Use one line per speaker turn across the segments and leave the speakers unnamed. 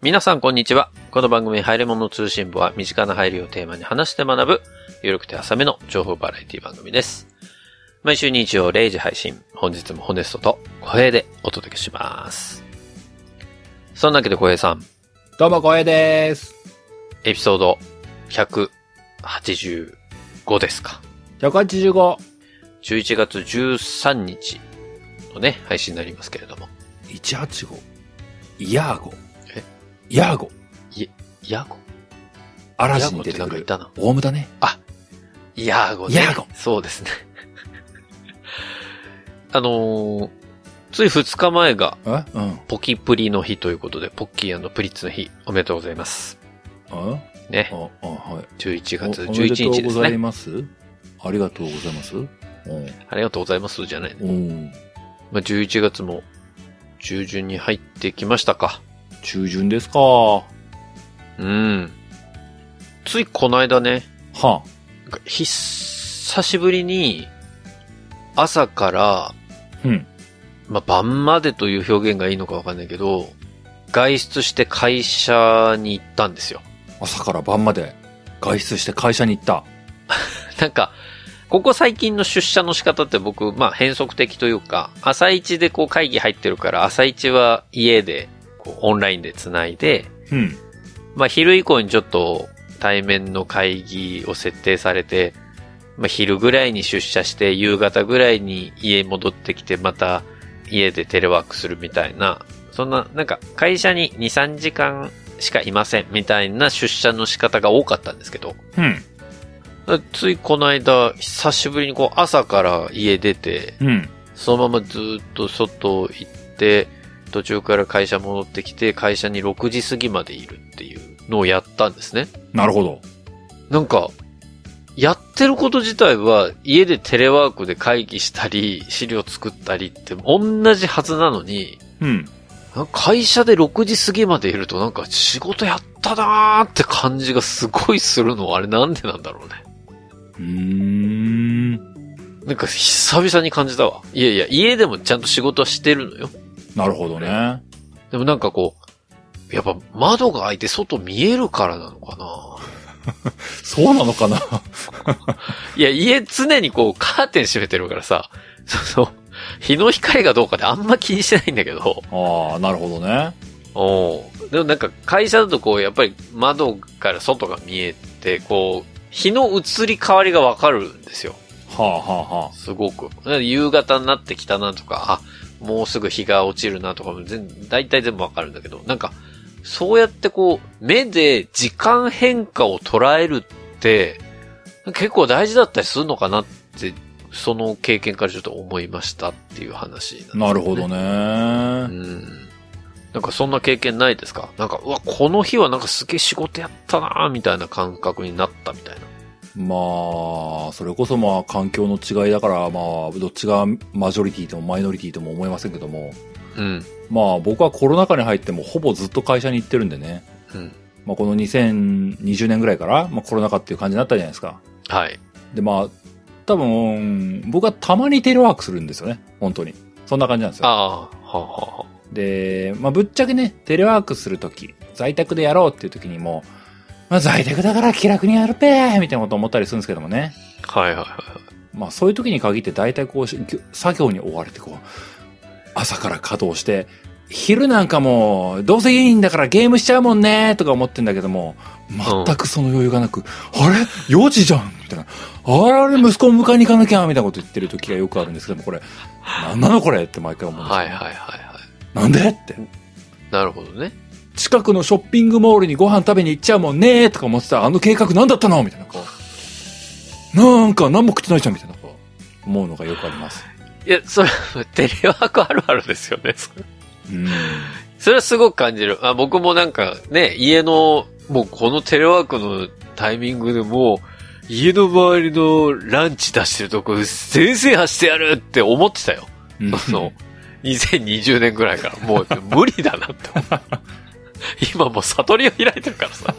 皆さんこんにちは。この番組、入れ物通信部は、身近な入りをテーマに話して学ぶ、ゆるくて浅めの情報バラエティ番組です。毎週日曜0時配信、本日もホネストと小平でお届けします。そんなわけで小平さん、
どうも、光栄です。
エピソード185ですか。
185。
11月13日のね、配信になりますけれども。
185。イヤーゴ。
え
イヤーゴ。
ヤーゴ
アラ
ヤー
ジン
ゴ
に
っ
出
て
て
なん
く
かい
る。
たな。
オウムだね。
ヤーゴね。
ヤーゴ
そうですね。 あのー、つい2日前が
えうん。
ポキプリの日ということで、ポッキープリッツの日、おめでとうございます。
うんあ
ね
あ、。はい。
11月
おおめでと
11
う
日で
ご
す
ざい
ね。
ます。ありがとうございます。うん。
ありがとうございます、じゃない。
うん。
まあ、11月も中旬に入ってきましたか。
中旬ですか。は
うん。ついこの間ね、
あ。
なんか久しぶりに、朝から、
うん。
まあ、晩までという表現がいいのかわかんないけど、外出して会社に行ったんですよ。
朝から晩まで外出して会社に行った。
なんか、ここ最近の出社の仕方って僕、まあ変則的というか、朝一でこう会議入ってるから、朝一は家で、こうオンラインで繋いで、
うん。
まあ昼以降にちょっと対面の会議を設定されて、まあ昼ぐらいに出社して、夕方ぐらいに家戻ってきて、また家でテレワークするみたいな、そんな、なんか会社に2、3時間しかいませんみたいな出社の仕方が多かったんですけど、
うん。
ついこの間、久しぶりにこう朝から家出て、
うん。
そのままずーっと外行って、途中から会社戻ってきて、会社に6時過ぎまでいるっていうのをやったんですね。
なるほど。
なんか、やってること自体は家でテレワークで会議したり、資料作ったりって同じはずなのに、
うん。
なんか会社で6時過ぎまでいるとなんか仕事やったなーって感じがすごいするのはあれなんでなんだろうね。
うーん。
なんか久々に感じたわ。いやいや、家でもちゃんと仕事はしてるのよ。
なるほどね。
でもなんかこう、やっぱ窓が開いて外見えるからなのかな
そうなのかない
や、家常にこうカーテン閉めてるからさ、そうそう。日の光がどうかってあんま気にしてないんだけど。
ああ、なるほどね。
おうでもなんか会社だとこう、やっぱり窓から外が見えて、こう、日の移り変わりがわかるんですよ。
はあはあはあ。
すごく。夕方になってきたなとか、あ、もうすぐ日が落ちるなとかも全、大体全部わかるんだけど、なんか、そうやってこう、目で時間変化を捉えるって、結構大事だったりするのかなって、その経験からちょっと思いましたっていう話なんですよね
なるほど。
う
ね。
ん。なんかそんな経験ないですかなんか、うわ、この日はなんかすげえ仕事やったなーみたいな感覚になったみたいな。
まあ、それこそまあ環境の違いだから、まあ、どっちがマジョリティともマイノリティとも思いませんけども、
うん。
まあ僕はコロナ禍に入ってもほぼずっと会社に行ってるんでね、
うん。
まあこの2020年ぐらいから、まあコロナ禍っていう感じになったじゃないですか。
はい。
でまあ、多分、僕はたまにテレワークするんですよね、本当に。そんな感じなんです
あ
よ。
あ、はあ、はあはあ。
で、まあぶっちゃけね、テレワークするとき、在宅でやろうっていうときにも、まあ在宅だから気楽にやるべーみたいなこと思ったりするんですけどもね。
はいはいはい。
まあそういう時に限って大体こうし作業に追われてこう、朝から稼働して、昼なんかもう、どうせいいんだからゲームしちゃうもんねとか思ってんだけども、全くその余裕がなく、あれ ?4 時じゃんみたいな。あれあれ息子を迎えに行かなきゃみたいなこと言ってる時がよくあるんですけども、これ、なんなのこれって毎回思うんですよ
は
ね、
いはいはいは
なんでって。
い。なるほどね。
近くのショッピングモールにご飯食べに行っちゃうもんねとか思ってたあの計画なんだったのみたいな、こう。なんか何も食ってないじゃんみたいな、こう、思うのがよくあります。
いや、それ、 テレワークあるあるですよね。 それ
うん。
それはすごく感じる。あ僕もなんかね、家の、もうこのテレワークのタイミングでもう、家の周りのランチ出してるとこ、全制覇してやるって思ってたよ。 その、2020年ぐらいから、もう無理だなって 思う今もう悟りを開いてるからさ。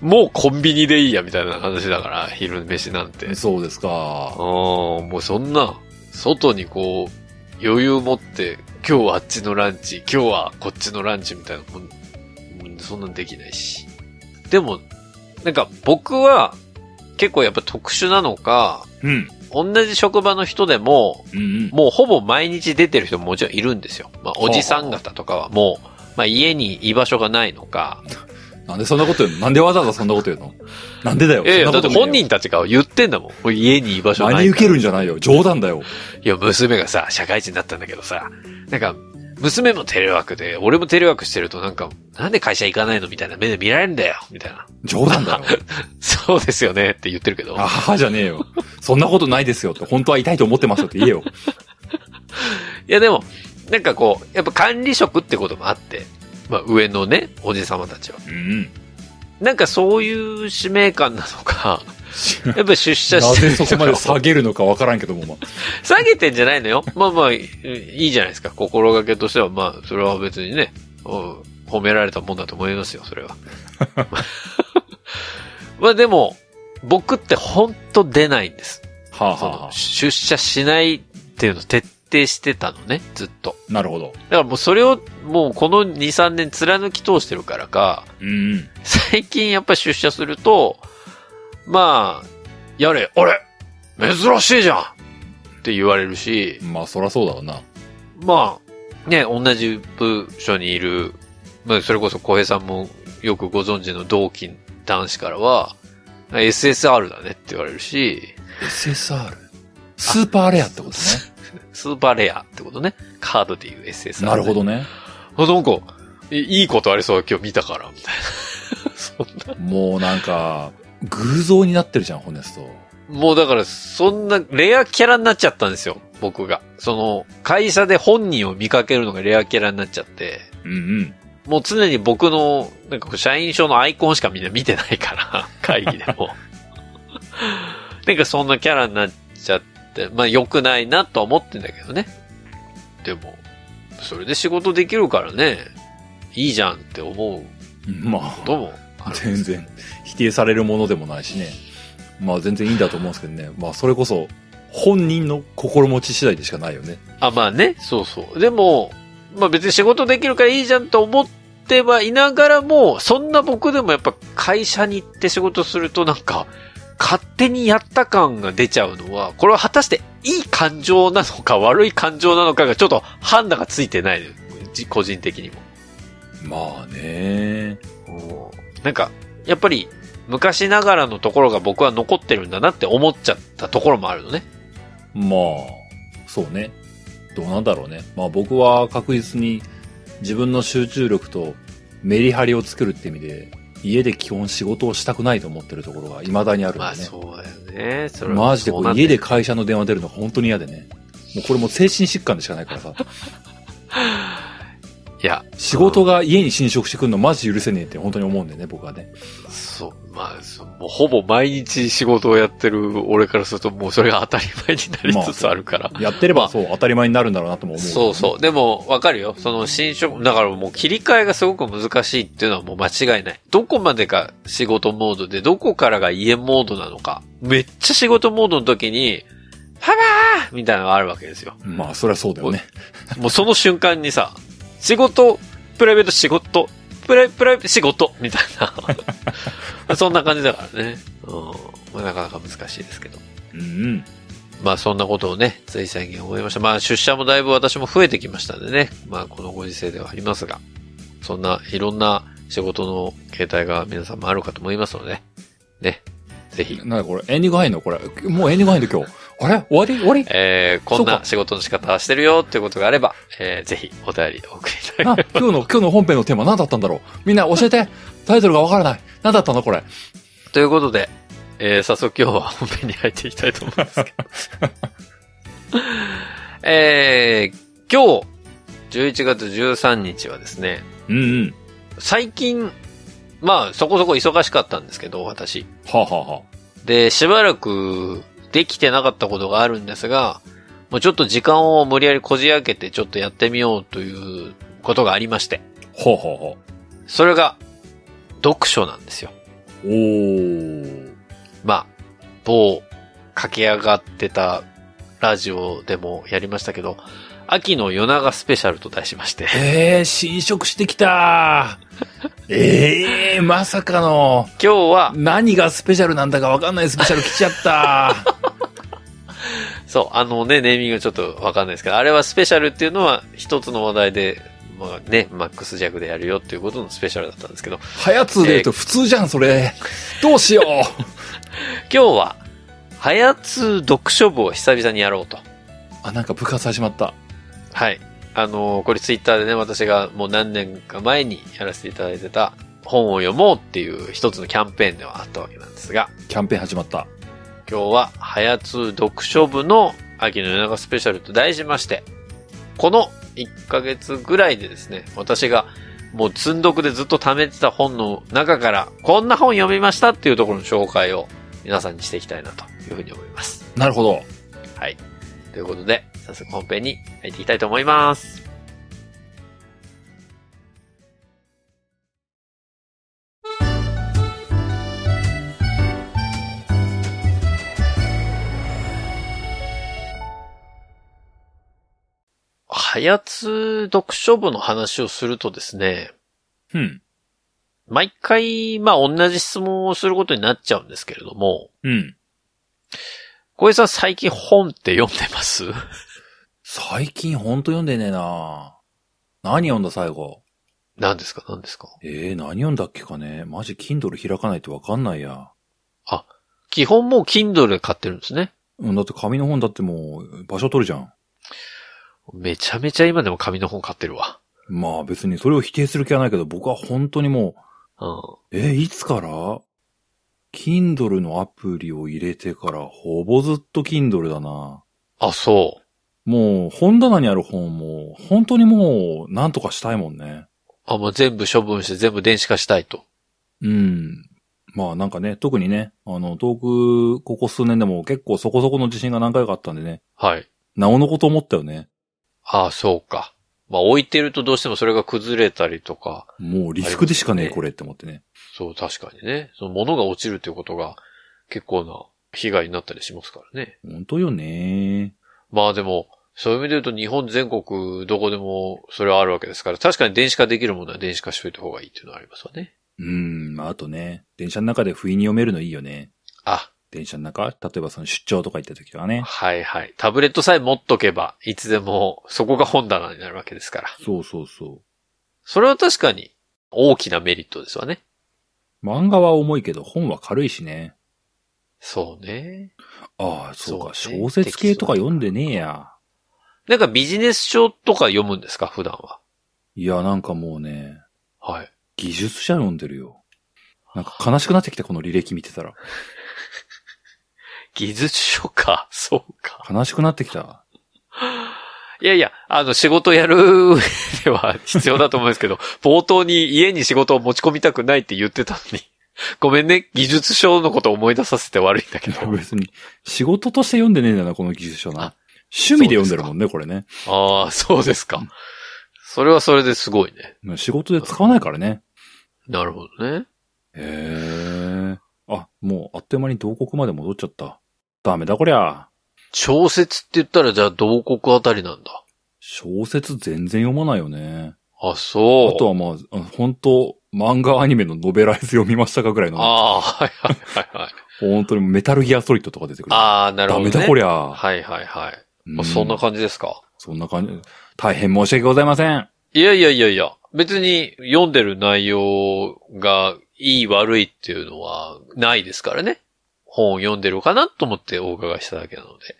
もうコンビニでいいや、みたいな話だから、昼飯なんて。
そうですか。
ああ、もうそんな、外にこう、余裕持って、今日はあっちのランチ、今日はこっちのランチみたいな、もううん、そんなんできないし。でも、なんか僕は結構やっぱ特殊なのか、
うん。
同じ職場の人でも、
うんうん。
もうほぼ毎日出てる人ももちろんいるんですよ。まあ、おじさん方とかはもう、まあ、家に居場所がないのか。
なんでそんなこと言うのなんでわざわざそんなこと言うのなんでだよ。
いやいや、
そ
だ
ん
っ
な
て
こと
本
ねえよ
人たちが言ってんだもん。俺家に居場所ないから。
真に受けるんじゃないよ。冗談だよ。
いや、娘がさ、社会人になったんだけどさ、なんか、娘もテレワークで、俺もテレワークしてるとなんか、なんで会社行かないのみたいな目で見られるんだよみたいな。
冗談だよ。
そうですよねって言ってるけど。
あははじゃねえよ。そんなことないですよって。本当は痛いと思ってますよって言えよ。
いやでも、なんかこう、やっぱ管理職ってこともあって、まあ上のね、おじさまたちは。
うん。
なんかそういう使命感なのか、 やっぱ出社
な
して
ぜ
る人
そこま
が
で下げるのかわからんけども、まあ
下げてんじゃないのよ。まあまあ、いいいじゃないですか。心がけとしては、まあ、それは別にね、うん褒められたもんだと思いますよ、それは。まあでも、僕って本当出ないんです。
はあ、
そ
はあ
の、出社しないっていうのを徹底してたのね、ずっと。
なるほど。
だからもうそれを、もうこの2、3年貫き通してるからか、
うん。
最近やっぱり出社すると、まあ、やれ、あれ珍しいじゃんって言われるし、
まあ、そらそうだろうな。
まあ、ね、同じ部署にいる、まあ、それこそ小平さんもよくご存知の同期男子からは、SSR だねって言われるし、
SSR? スーパーレアってことね。
スーパーレアってことね。カードで言う SSR、
なるほどね。
あ。なんか、いいいことありそう今日見たから、みたいな。そん
もうなんか、偶像になってるじゃん、ホネスト。
もうだから、そんなレアキャラになっちゃったんですよ、僕が。その、会社で本人を見かけるのがレアキャラになっちゃって、
うんうん。
もう常に僕の、なんかこう社員証のアイコンしかみんな見てないから、 会議でも。なんかそんなキャラになっちゃって、まあ良くないなとは思ってんだけどね。でも、それで仕事できるからね、いいじゃんって思う
ま
こともあ
あ、
る。
全然、否定されるものでもないしね。まあ、全然いいんだと思うんですけどね。まあ、それこそ、本人の心持ち次第でしかないよね。
あ、まあね、そうそう。でも、まあ別に仕事できるからいいじゃんと思ってはいながらも、そんな僕でもやっぱ会社に行って仕事するとなんか、勝手にやった感が出ちゃうのは、これは果たしていい感情なのか悪い感情なのかがちょっと判断がついてない。じ個人的にも。
まあね。
なんか、やっぱり昔ながらのところが僕は残ってるんだなって思っちゃったところもあるのね。
まあ、そうね。どうなんだろうね。まあ僕は確実に自分の集中力とメリハリを作るって意味で、家で基本仕事をしたくないと思ってるところが未だにあるん
まあ
でね。
そうだよね。それは
マジでこ
そうな
うん
だ
家
よね
で会社の電話出るのが本当に嫌でね。もうこれもう精神疾患でしかないからさ。
いや、
仕事が家に侵食してくるのマジ許せねえって本当に思うんだよね、僕はね。
そう、まあ、そうもうほぼ毎日仕事をやってる俺からするともうそれが当たり前になりつつあるから。
やってれ
ま
ば
あ
そう当たり前になるんだろうなとも思う、
そうそう。でも、わかるよ。その新職、だからもう切り替えがすごく難しいっていうのはもう間違いない。どこまでが仕事モードで、どこからが家モードなのか。めっちゃ仕事モードの時に、パパーみたいなのがあるわけですよ。
う。まあそりゃそうだよね。
もうその瞬間にさ、仕事、プライベート仕事、プライ、プライベート仕事みたいな。そんな感じだからね。うん。まあなかなか難しいですけど。
うんうん。
まあそんなことをね、つい最近思いました。まあ出社もだいぶ私も増えてきましたんでね。まあこのご時世ではありますが、そんないろんな仕事の形態が皆さんもあるかと思いますので、ね、ぜひ、
なんだこれ、エンディング入んのこれ。もうエンディング入んの今日。あれ終わり終わり
えー、こん
そう
な
か
仕事の仕方してるよっていうことがあれば、えー、ぜひお便りお送りいただければ
な、今日の、今日の本編のテーマ何だったんだろうみんな教えてタイトルがわからない何だったのこれ。
ということで、えー、早速今日は本編に入っていきたいと思いますけど。えー、今日、11月13日はですね、
うんうん。
最近、まあそこそこ忙しかったんですけど、私。
はあ、はあは
で、しばらくできてなかったことがあるんですが、もうちょっと時間を無理やりこじ開けてちょっとやってみようということがありまして、
あ、はあはあはあ。
それが読書なんですよ。
おー。
まあ、某、駆け上がってたラジオでもやりましたけど、秋の夜長スペシャルと題しまして、
えー、侵食してきた ええー、まさかの、
今日は、
何がスペシャルなんだかわかんないスペシャル来ちゃった。
そう、あのね、ネーミングちょっとわかんないですけど、あれはスペシャルっていうのは一つの話題で、まあね、マックス弱でやるよっていうことのスペシャルだったんですけど、
はやつで言うと普通じゃん、それ。どうしよ う。
今日は、はやつ読書部を久々にやろうと。
あ、なんか部活始まった。
はい。あのーこれツイッターでね、私がもう何年か前にやらせていただいてた本を読もうっていう一つのキャンペーンではあったわけなんですが、
キャンペーン始まった。
今日は、はやつ読書部の秋の夜中スペシャルと題しまして、この1ヶ月ぐらいでですね、私がもう積んどくでずっと貯めてた本の中から、こんな本読みましたっていうところの紹介を皆さんにしていきたいなというふうに思います。
なるほど。
はい。ということで、早速本編に入っていきたいと思います。はやつ読書部の話をするとですね、
うん。
毎回、まあ、同じ質問をすることになっちゃうんですけれども、
うん。
小江さん最近本って読んでます
最近ほんと読んでねえな何読んだ最後。
何ですか何ですか
ええー、何読んだっけかね。マジ Kindle 開かないとわかんないや。
基本もう Kindle で買ってるんですね。
うん、だって紙の本だってもう場所取るじゃん。
めちゃめちゃ今でも紙の本買ってるわ。
まあ別にそれを否定する気はないけど、僕は本当にも
うん。
う、え、いつから ?Kindle のアプリを入れてからほぼずっと Kindle だな。
あ、そ
もう本棚にある本も本当にもうなんとかしたいもんね。
う。あ、もう全部処分して全部電子化したいと。
うん。まあなんかね、特にね、あの、遠く、ここ数年でも結構そこそこの地震が何回かあったんでね、
はい。
なおのこと思ったよね。
あ、そうか。まあ置いてるとどうしてもそれが崩れたりとか、
もうリスクでしかね
あ
え、
りますね
これって思ってね。
そう、確かにね。その物が落ちるということが結構な被害になったりしますからね。
本当よね。
まあでも、そういう意味で言うと日本全国どこでもそれはあるわけですから、確かに電子化できるものは電子化しといた方がいいっていうのはありますわね。
うん、まああとね、電車の中で不意に読めるのいいよね。
あ、
電車の中、例えばその出張とか行った時とかね。
はいはい。タブレットさえ持っとけば、いつでもそこが本棚になるわけですから。
そうそうそ
それは確かに大きなメリットですわね。
う。漫画は重いけど本は軽いしね。
そうね。
ああ、そうか。
そうね
小説系とか読んでねえや。
なんかビジネス書とか読むんですか普段は。
いや、なんかもうね、
はい。
技術者読んでるよ。なんか悲しくなってきた、この履歴見てたら。
技術書か。 そうか。
悲しくなってきた。
いやいや、あの、仕事やる上では必要だと思うんですけど、冒頭に家に仕事を持ち込みたくないって言ってたのに。ごめんね。技術書のことを思い出させて悪いんだけ
い
ど。
や別に、仕事として読んでねえんだよな、この技術書
あ
な。趣味で読んでるもんね、これね。
ああ、そうですか。それはそれですごいね。
仕事で使わないからね。
なるほどね。
へえ。あ、もう、あっという間に同国まで戻っちゃった。ダメだ、こりゃ。
小説って言ったらじゃあ同国あたりなんだ。
小説全然読まないよね。
あ、そう。
あとはまあ、本当漫画アニメのノベライズ読みましたかぐらいの、
ああ、はいはいはいはい。
本当にメタルギアソリッドとか出てくる。
ああ、なる
ダ
ほど、
メ
ね。
だこりゃ。
はいはいはい。
う
まあ、そんな
感
感じですか。
じ。そんな感じ。大変申し訳ございません。
いやいやいやいや、別に読んでる内容がいい悪いっていうのはないですからね。本を読んでるかなと思ってお伺いしただけなので。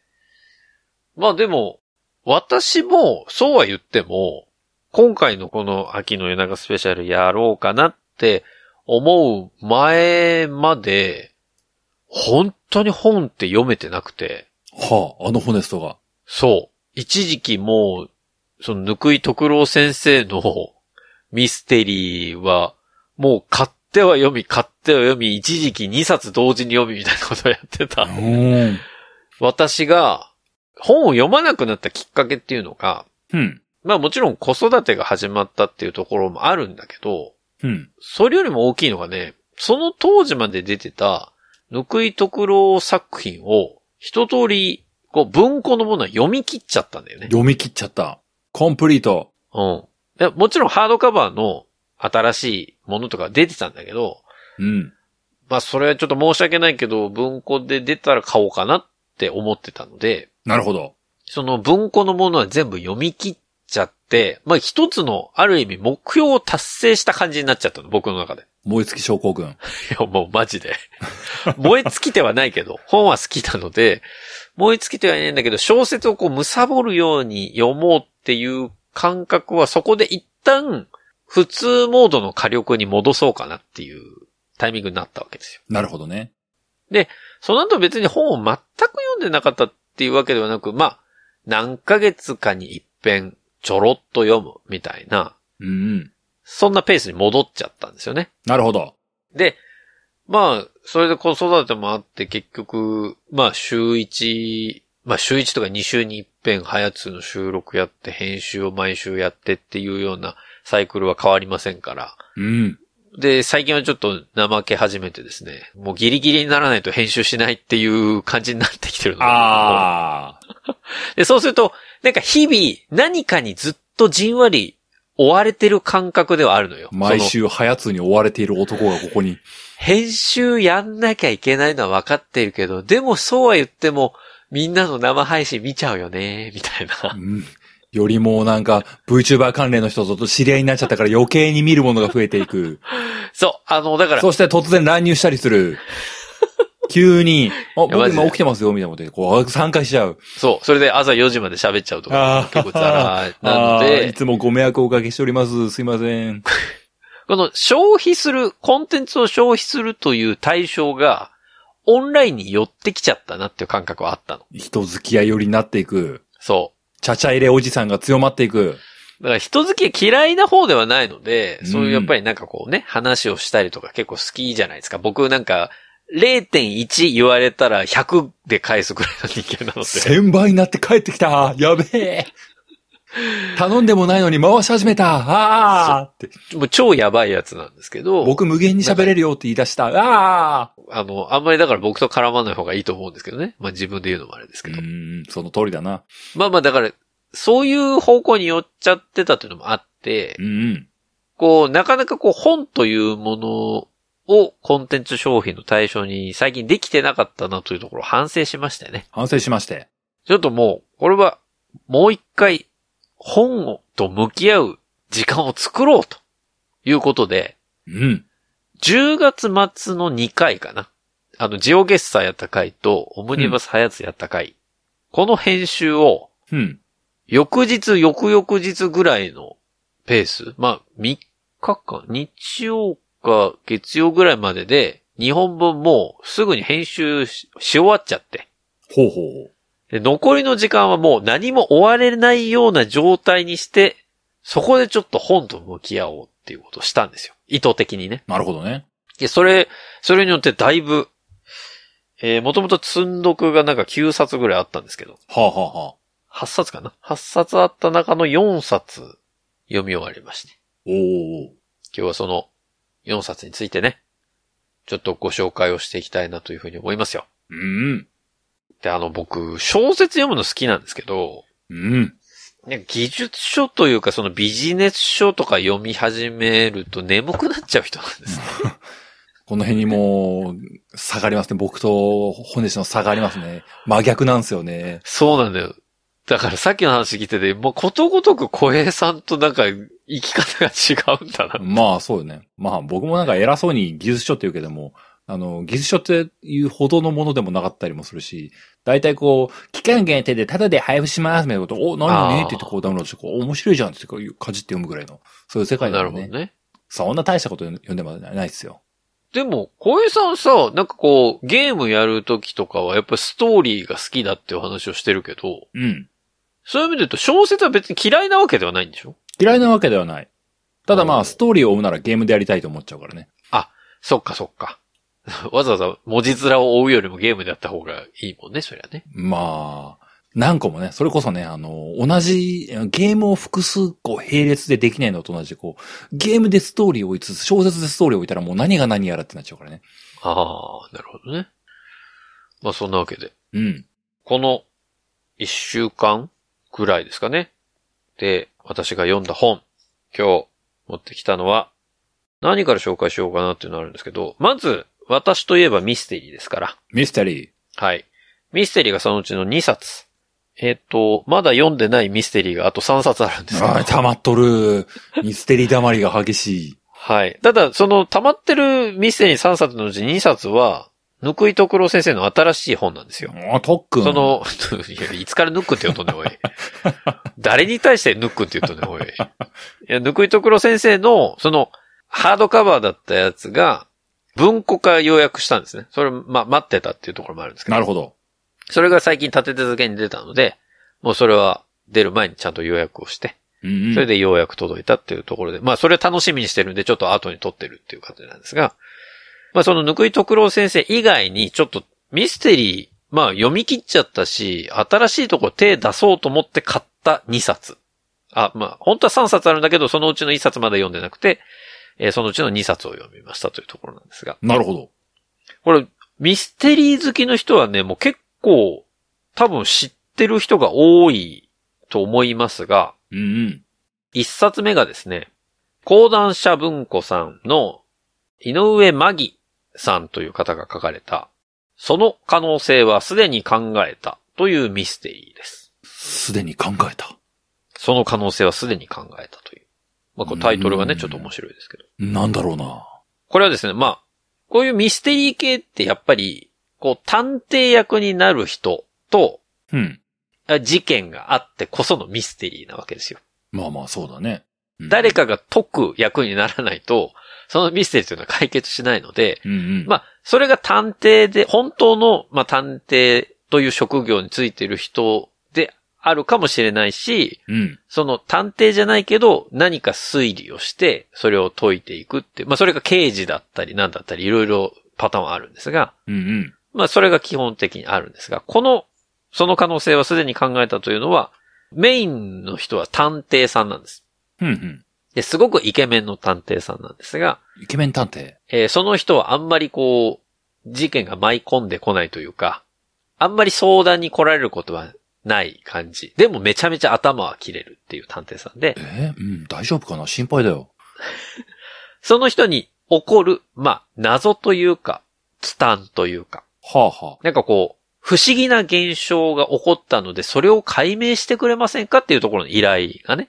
まあでも、私も、そうは言っても、今回のこの秋の夜中スペシャルやろうかなって思う前まで、本当に本って読めてなくて。
はあ、あのホネストが。
そう。一時期もう、その、ぬくい徳郎先生のミステリーは、もう買っては読み、買っては読み、一時期2冊同時に読みみたいなことをやってた。
うん。
私が、本を読まなくなったきっかけっていうのが、
うん。
まあもちろん子育てが始まったっていうところもあるんだけど、
うん。
それよりも大きいのがね、その当時まで出てた、ぬくい徳郎作品を一通りこう文庫のものは読み切っちゃったんだよね。
読み切っちゃった。コンプリート。
うん。でもちろんハードカバーの新しいものとか出てたんだけど、
うん。
まあそれはちょっと申し訳ないけど、文庫で出たら買おうかなって思ってたので、
なるほど。
その文庫のものは全部読み切っちゃって、まあ一つのある意味目標を達成した感じになっちゃったの、僕の中で。
燃え尽き症候群。
いや、もうマジで。 燃え尽きてはないけど、本は好きなので、燃え尽きてはいないんだけど、小説をこう、貪るように読もうっていう感覚は、そこで一旦、普通モードの火力に戻そうかなっていうタイミングになったわけですよ。
なるほどね。
その後別に本を全く読んでなかったっていうわけではなく、まあ、何ヶ月かに一遍、ちょろっと読むみたいな、
うんうん。
そんなペースに戻っちゃったんですよね。
なるほど。
で、まあ、それで子育てもあって結局、まあ週一、まあ週一とか二週に一遍、ハヤツーの収録やって、編集を毎週やってっていうようなサイクルは変わりませんから。
うん。
で、最近はちょっと怠け始めてですね、もうギリギリにならないと編集しないっていう感じになってきてるので
ああ。
で、そうすると、なんか日々何かにずっとじんわり追われてる感覚ではあるのよ。
毎
その
週、早通に追われている男がここに。
編集やんなきゃいけないのは分かっているけど、でもそうは言っても、みんなの生配信見ちゃうよね、みたいな
う。ん。よりもなんか、VTuber 関連の人と知り合いになっちゃったから余計に見るものが増えていく。
そう、あの、だから、
そして突然乱入したりす る。急に、あ、
いやマ
僕
ジで
今起きてますよ、みたいなことで、こう、参加しちゃう。
そう、それで朝4時まで喋っちゃうとか、
あ
結構ザラーな
あ
の
ーい
で、
つもご迷惑をおかけしております。すいません。
この消費する、コンテンツを消費するという対象が、オンラインに寄ってきちゃったなっていう感覚はあったの。
人付き合い寄りになっていく。
そう。
ちゃちゃ入れおじさんが強まっていく。
だから人付き合い嫌いな方ではないので、
うん
そういうやっぱりなんかこうね、話をしたりとか結構好きじゃないですか。僕なんか、0.1言われたら100で返すくらいの人間なので。
千倍になって帰ってきたやべえ頼んでもないのに回し始めたああって。
もう超やばいやつなんですけど、
僕無限に喋れるよって言い出した。ああ
あの、あんまりだから僕と絡まない方がいいと思うんですけどね。まあ自分で言うのもあれです
う
けど。
ん、その通りだな。
まあまあだから、そういう方向に寄っちゃってたっていうのもあって
う、ん、
こう、なかなかこう本というものをコンテンツ消費の対象に最近できてなかったなというところを反省しましたよね。
反省しまして。
ちょっともう、これは、もう一回、本をと向き合う時間を作ろうということで、
うん。
10月末の2回かな。あの、ジオゲッサーやった回と、オムニバスハヤツやった回。この編集を、
うん。
翌日、翌々日ぐらいのペース。まあ、3日間、日曜か月曜ぐらいまでで、日本分もうすぐに編集しし終わっちゃって。
ほうほうほう。
で残りの時間はもう何も追われないような状態にして、そこでちょっと本と向き合おうっていうことをしたんですよ。意図的にね。
なるほどね。
で、それ、それによってだいぶ、えー、もともと積んどくがなんか9冊ぐらいあったんですけど、
はあ、はあはあ、
8冊かな ?8 冊あった中の4冊読み終わりまして。
おー
今日はその4冊についてね、ちょっとご紹介をしていきたいなというふうに思いますよ。
うん。
で、あの僕、小説読むの好きなんですけど、
うん。
ね、技術書というか、そのビジネス書とか読み始めると眠くなっちゃう人なんですね。
この辺にもう、差がありますね。僕と骨師の差がありますね。真逆なんですよね。
そうなんだよ。だからさっきの話聞いてて、もうことごとく小平さんとなんか生き方が違うんだな。
まあそうよね。まあ僕もなんか偉そうに技術書って言うけども、あの、技術書っていうほどのものでもなかったりもするし、大体こう、期間限定でタダで配布しますみたいなこと、お、何
あー
ねって言ってこうダウンロードして、こう、面白いじゃんって言って、かじって読むぐらいの、そういう世界
な
だ
る
よ
ほど
ね。
ね。
そんな大したこと読んでもないですよ。
でも、小平さんさ、なんかこう、ゲームやるときとかはやっぱストーリーが好きだっていう話をしてるけど、
うん。
そういう意味で言うと小説は別に嫌いなわけではないんでしょ
嫌いなわけではない。ただま
おー
あ、ストーリーを追うならゲームでやりたいと思っちゃうからね。
そっかそっか。 わざわざ文字面を追うよりもゲームでやった方がいいもんね、そりゃね。
まあ、何個もね、それこそね、あの、同じ、ゲームを複数個並列でできないのと同じで、こう、ゲームでストーリーを追いつつ、小説でストーリーを置いたらもう何が何やらってなっちゃうからね。
ああ、なるほどね。まあそんなわけで、
うん。
この一週間ぐらいですかね。で、私が読んだ本、今日持ってきたのは、何から紹介しようかなっていうのがあるんですけど、まず、私といえばミステリーですから。
ミステリー。
はい。ミステリーがそのうちの2冊。えっ、と、まだ読んでないミステリーがあと3冊あるんですけど
あー溜まっとる。ミステリー溜まりが激しい。
はい。ただ、その溜まってるミステリー3冊のうち2冊は、ぬくいとくろ先生の新しい本なんですよ。
あ、とっくん。
そ、の、 いや、いつからぬっくんって言うとんねん、おい。誰に対してぬっくんって言うとんねん、おい。いや、ぬくいとくろ先生の、その、ハードカバーだったやつが、文庫化要約したんですね。それ、まあ、待ってたっていうところもあるんですけど。
なるほど。
それが最近立て続けに出たので、もうそれは出る前にちゃんと予約をして、
うん、うん。
それでようやく届いたっていうところで、まあそれ楽しみにしてるんでちょっと後に撮ってるっていう感じなんですが、まあそのぬくいとくろう先生以外にちょっとミステリー、まあ読み切っちゃったし、新しいとこ手出そうと思って買った2冊。あ、まあ本当は3冊あるんだけど、そのうちの1冊まだ読んでなくて、えーそのうちの2冊を読みましたというところなんですが。
なるほど。
これ、ミステリー好きの人はね、もう結構、多分知ってる人が多いと思いますが、
うんうん。
一冊目がですね、講談社文庫さんの井上真紀さんという方が書かれた、その可能性はすでに考えたというミステリーです。
すでに考えた。
その可能性はすでに考えたという。まあ、これタイトルがね、
うん
ちょっと面白いですけど。
なんだろうな。
これはですね、まあ、こういうミステリー系ってやっぱり、こう、探偵役になる人と、
うん。
あ事件があってこそのミステリーなわけですよ。
まあまあ、そうだね。うん
誰かが解く役にならないと、そのミステリーというのは解決しないので、
うんうん。
まあ、それが探偵で、本当の、まあ、探偵という職業についている人であるかもしれないし、
うん。
その探偵じゃないけど、何か推理をして、それを解いていくって、まあ、それが刑事だったり、なんだったり、いろいろパターンはあるんですが、
うんうん。
まあ、それが基本的にあるんですが、この、その可能性はすでに考えたというのは、メインの人は探偵さんなんです。
うんうん。
で、すごくイケメンの探偵さんなんですが、
イケメン探偵。
えーその人はあんまりこう、事件が舞い込んでこないというか、あんまり相談に来られることはない感じ。でもめちゃめちゃ頭は切れるっていう探偵さんで、
えーうん、大丈夫かな心配だよ。
その人に起こる、まあ、謎というか、忌憚というか、
はあは
なんかこう、不思議な現象が起こったので、それを解明してくれませんかっていうところの依頼がね、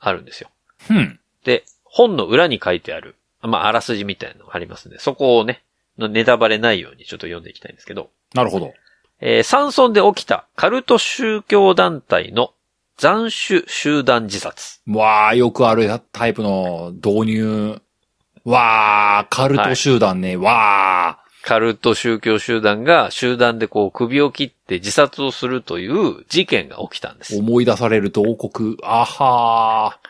あるんですよ。
あ。うん。
で、本の裏に書いてある、まあ、あらすじみたいなのがありますんで、そこをね、のネタバレないようにちょっと読んでいきたいんですけど、
なるほど。
えー山村で起きたカルト宗教団体の斬首集団自殺。
わあ、よくあるやタイプの導入。わあ、カルト集団ね。わあ。
カルト宗教集団が集団でこう首を切って自殺をするという事件が起きたんです。
思い出される同国。あはー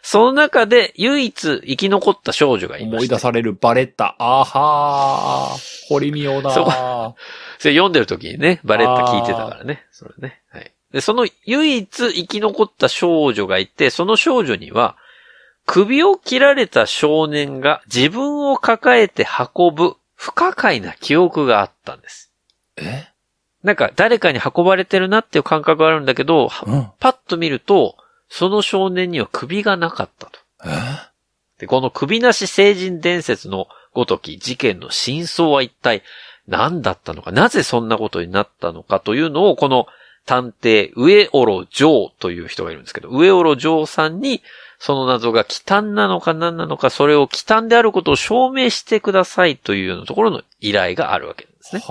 その中で唯一生き残った少女がいま
思
し
い出
た。
されるバレッタ。あはー堀美央だ。
そう
は
それ読んでる時にね、バレッタ聞いてたからね。それね。はい。で、その唯一生き残った少女がいて、その少女には、首を切られた少年が自分を抱えて運ぶ不可解な記憶があったんです。
え
なんか誰かに運ばれてるなっていう感覚があるんだけど、は
うん。
パッと見ると、その少年には首がなかったと。
え
で、この首なし成人伝説のごとき事件の真相は一体何だったのか、なぜそんなことになったのかというのを、この探偵、上オロジョーという人がいるんですけど、上オロジョーさんに、その謎が忌憚なのか何なのか、それを忌憚であることを証明してくださいというようなところの依頼があるわけなんですね。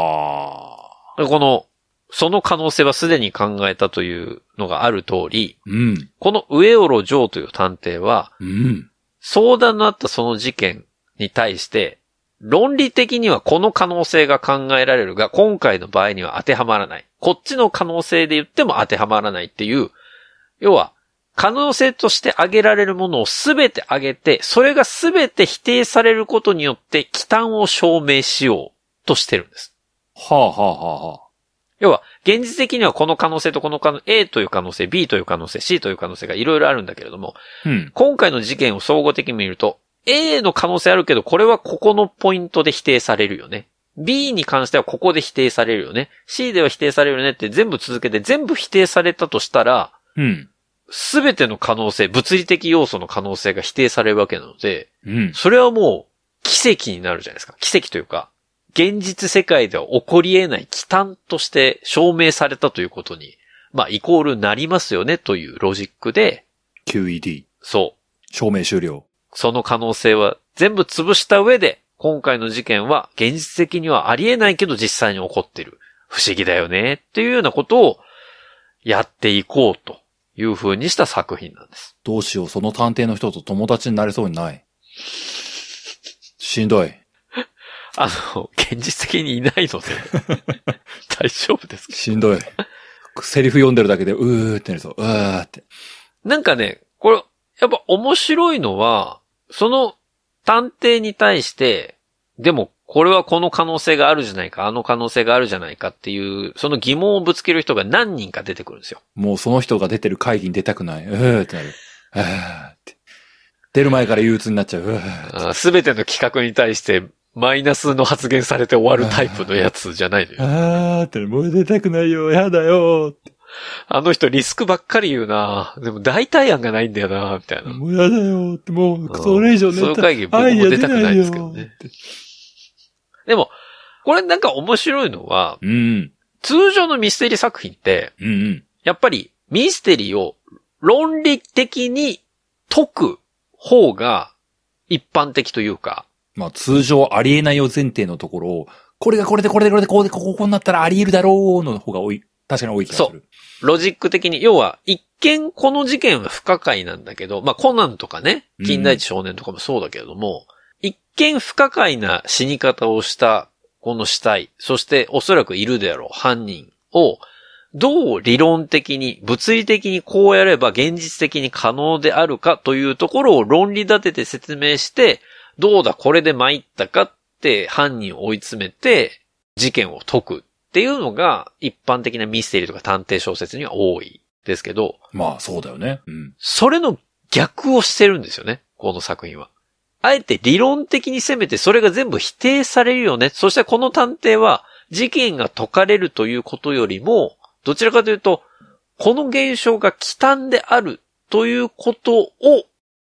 はあ。
この、その可能性はすでに考えたというのがある通り、
うん。
この上オロジョーという探偵は、
うん。
相談のあったその事件に対して、論理的にはこの可能性が考えられるが、今回の場合には当てはまらない。こっちの可能性で言っても当てはまらないっていう、要は、可能性として挙げられるものをすべて挙げて、それがすべて否定されることによって忌憚を証明しようとしてるんです。
はあはあはあは
要は、現実的にはこの可能性とこの可能、A という可能性、B という可能性、C という可能性がいろいろあるんだけれども、
あ。うん。
今回の事件を総合的に見ると、A の可能性あるけど、これはここのポイントで否定されるよね。 B に関してはここで否定されるよね。C では否定されるよねって全部続けて、全部否定されたとしたら、
うん。
すべての可能性、物理的要素の可能性が否定されるわけなので、
うん。
それはもう奇跡になるじゃないですか。奇跡というか、現実世界では起こり得ない奇端として証明されたということに、まあ、イコールなりますよねというロジックで、
QED。
そう、
証明終了。
その可能性は全部潰した上で、今回の事件は現実的にはありえないけど実際に起こってる。不思議だよねっていうようなことをやっていこうという風にした作品なんです。
どうしよう、その探偵の人と友達になれそうにない。しんどい。
あの、現実的にいないので、大丈夫ですか
しんどい。セリフ読んでるだけで、うーってなりそう。うーって。
なんかね、これ、やっぱ面白いのは、その探偵に対して、でもこれはこの可能性があるじゃないか、あの可能性があるじゃないかっていう、その疑問をぶつける人が何人か出てくるんですよ。
もうその人が出てる会議に出たくない。うーってなる。うーって。出る前から憂鬱になっちゃう。うーって。
すべての企画に対して、マイナスの発言されて終わるタイプのやつじゃないのよ。
あーって、もう出たくないよ、やだよ、
あの人リスクばっかり言うなでも代替案がないんだよなみたいな。
もうやだよ、って、もう、
うん
それ以上
そうい
ネ
う
タ、
会議僕も出たくないですけどね。
って。
でも、これなんか面白いのは、
うん、
通常のミステリー作品って、
うん、うん。
やっぱりミステリーを論理的に解く方が一般的というか、
まあ、通常ありえないよ前提のところを、これがこれでこれでこれでこうで、こここうなったらあり得るだろうの方が多い、確かに多い気がする。
ロジック的に、要は一見この事件は不可解なんだけど、まあコナンとかね、近代一少年とかもそうだけれども、一見不可解な死に方をしたこの死体、そしておそらくいるであろう犯人を、どう理論的に、物理的にこうやれば現実的に可能であるかというところを論理立てて説明して、どうだこれで参ったかって犯人を追い詰めて事件を解くっていうのが一般的なミステリーとか探偵小説には多いですけど、
まあ、そうだよね。うん。
それの逆をしてるんですよね、この作品は。あえて理論的に攻めてそれが全部否定されるよね。そしてこの探偵は事件が解かれるということよりも、どちらかというと、この現象が忌憚であるということを、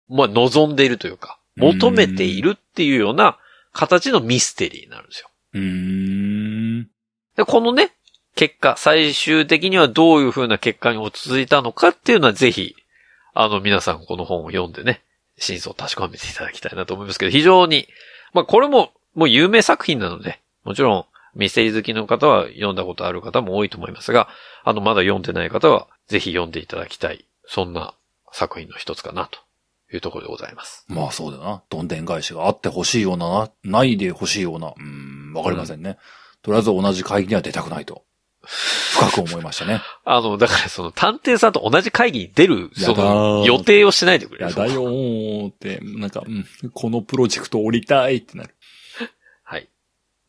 まあ、望んでいるというか、求めているっていうような形のミステリーになるんですよ。
うーん。
で、このね、結果、最終的にはどういう風な結果に落ち着いたのかっていうのはぜひ、あの皆さんこの本を読んでね、真相を確かめていただきたいなと思いますけど、非常に、まあこれも、もう有名作品なので、もちろんミステリー好きの方は読んだことある方も多いと思いますが、あのまだ読んでない方はぜひ読んでいただきたい、そんな作品の一つかなというところでございます。
まあ、そうだよな。どんでん返しがあってほしいような、ないでほしいような。うーん、わかりませんね。とりあえず同じ会議には出たくないと。深く思いました ね。
あの、だからその探偵さんと同じ会議に出る、そ
やだ
の
ー
予定をしないでくれ
やだよーって、なんか、うん、このプロジェクト降りたいってなる。
はい。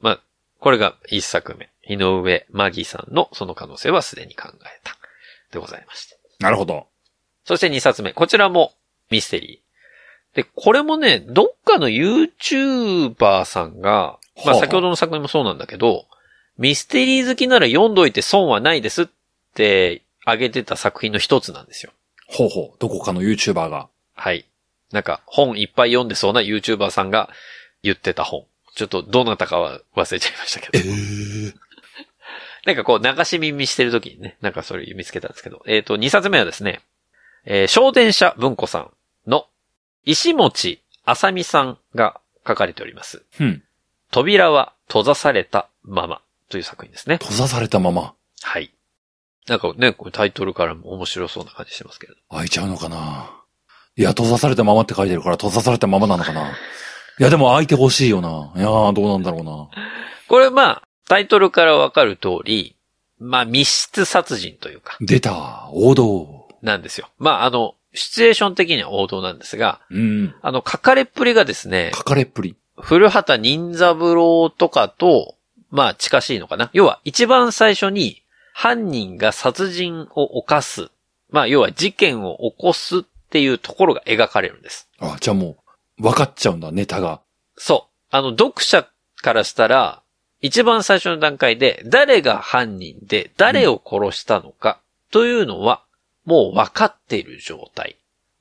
まあ、これが一作目。井上マギさんのその可能性はすでに考えた。でございました。
なるほど。
そして二冊目。こちらもミステリー。で、これもね、どっかの YouTuber さんが、まあ
はあ
先ほどの作品もそうなんだけど、ミステリー好きなら読んどいて損はないですってあげてた作品の一つなんですよ。
ほうほう、どこかの YouTuber が。
はい。なんか、本いっぱい読んでそうな YouTuber さんが言ってた本。ちょっとどなたかは忘れちゃいましたけど。なんかこう流し耳してる時にね、なんかそれ見つけたんですけど。えっ、と、2冊目はですね、えー商店社文庫さんの石持あさみさんが書かれております。
うん。
扉は閉ざされたままという作品ですね。
閉ざされたまま。
はい。なんかね、これタイトルからも面白そうな感じしてますけど。
開いちゃうのかないや、閉ざされたままって書いてるから、閉ざされたままなのかないや、でも開いてほしいよな。いやー、どうなんだろうな。
これまあ、タイトルからわかる通り、まあ密室殺人というか、
出た、王道。
なんですよ。まああの、シチュエーション的には王道なんですが、
うん。
あの、書かれっぷりがですね、
書かれっぷり。
古畑任三郎とかと、まあ近しいのかな。要は一番最初に犯人が殺人を犯す。まあ要は事件を起こすっていうところが描かれるんです。
あ、じゃあもう、分かっちゃうんだ、ネタが。
そう。あの、読者からしたら、一番最初の段階で、誰が犯人で、誰を殺したのか、というのは、もう分かっている状態。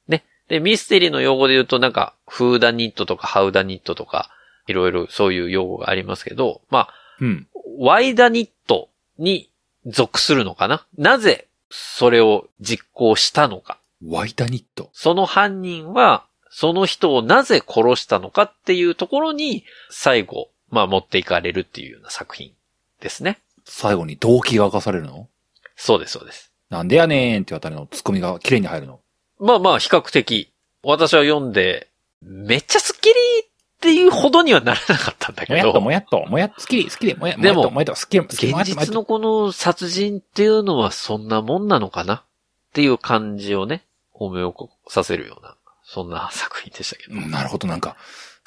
ね。で、ミステリーの用語で言うと、なんか、フーダニットとかハウダニットとか、いろいろそういう用語がありますけど、まあ、
うん。
ワイダニットに属するのかななぜ、それを実行したのか。
ワイタニット。
その犯人は、その人をなぜ殺したのかっていうところに、最後、まあ持っていかれるっていうような作品ですね。
最後に動機が明かされるの
そうです、そうです。
なんでやねんっていうあたりのツッコミが綺麗に入るの。
まあまあ、比較的、私は読んで、めっちゃスッキリっていうほどにはならなかったんだ
も
け
やっと
ど、
もやっと、もやっと、好き、好きで、もや、も
で
やっ
も
と、もやっと、好き、好き、もや
現
っと、もやっ
実
と。
のこの殺人っていうのはそんなもんなのかなっていう感じをね、思い起こさせるような、そんな作品でしたけど。
うんなるほど、なんか、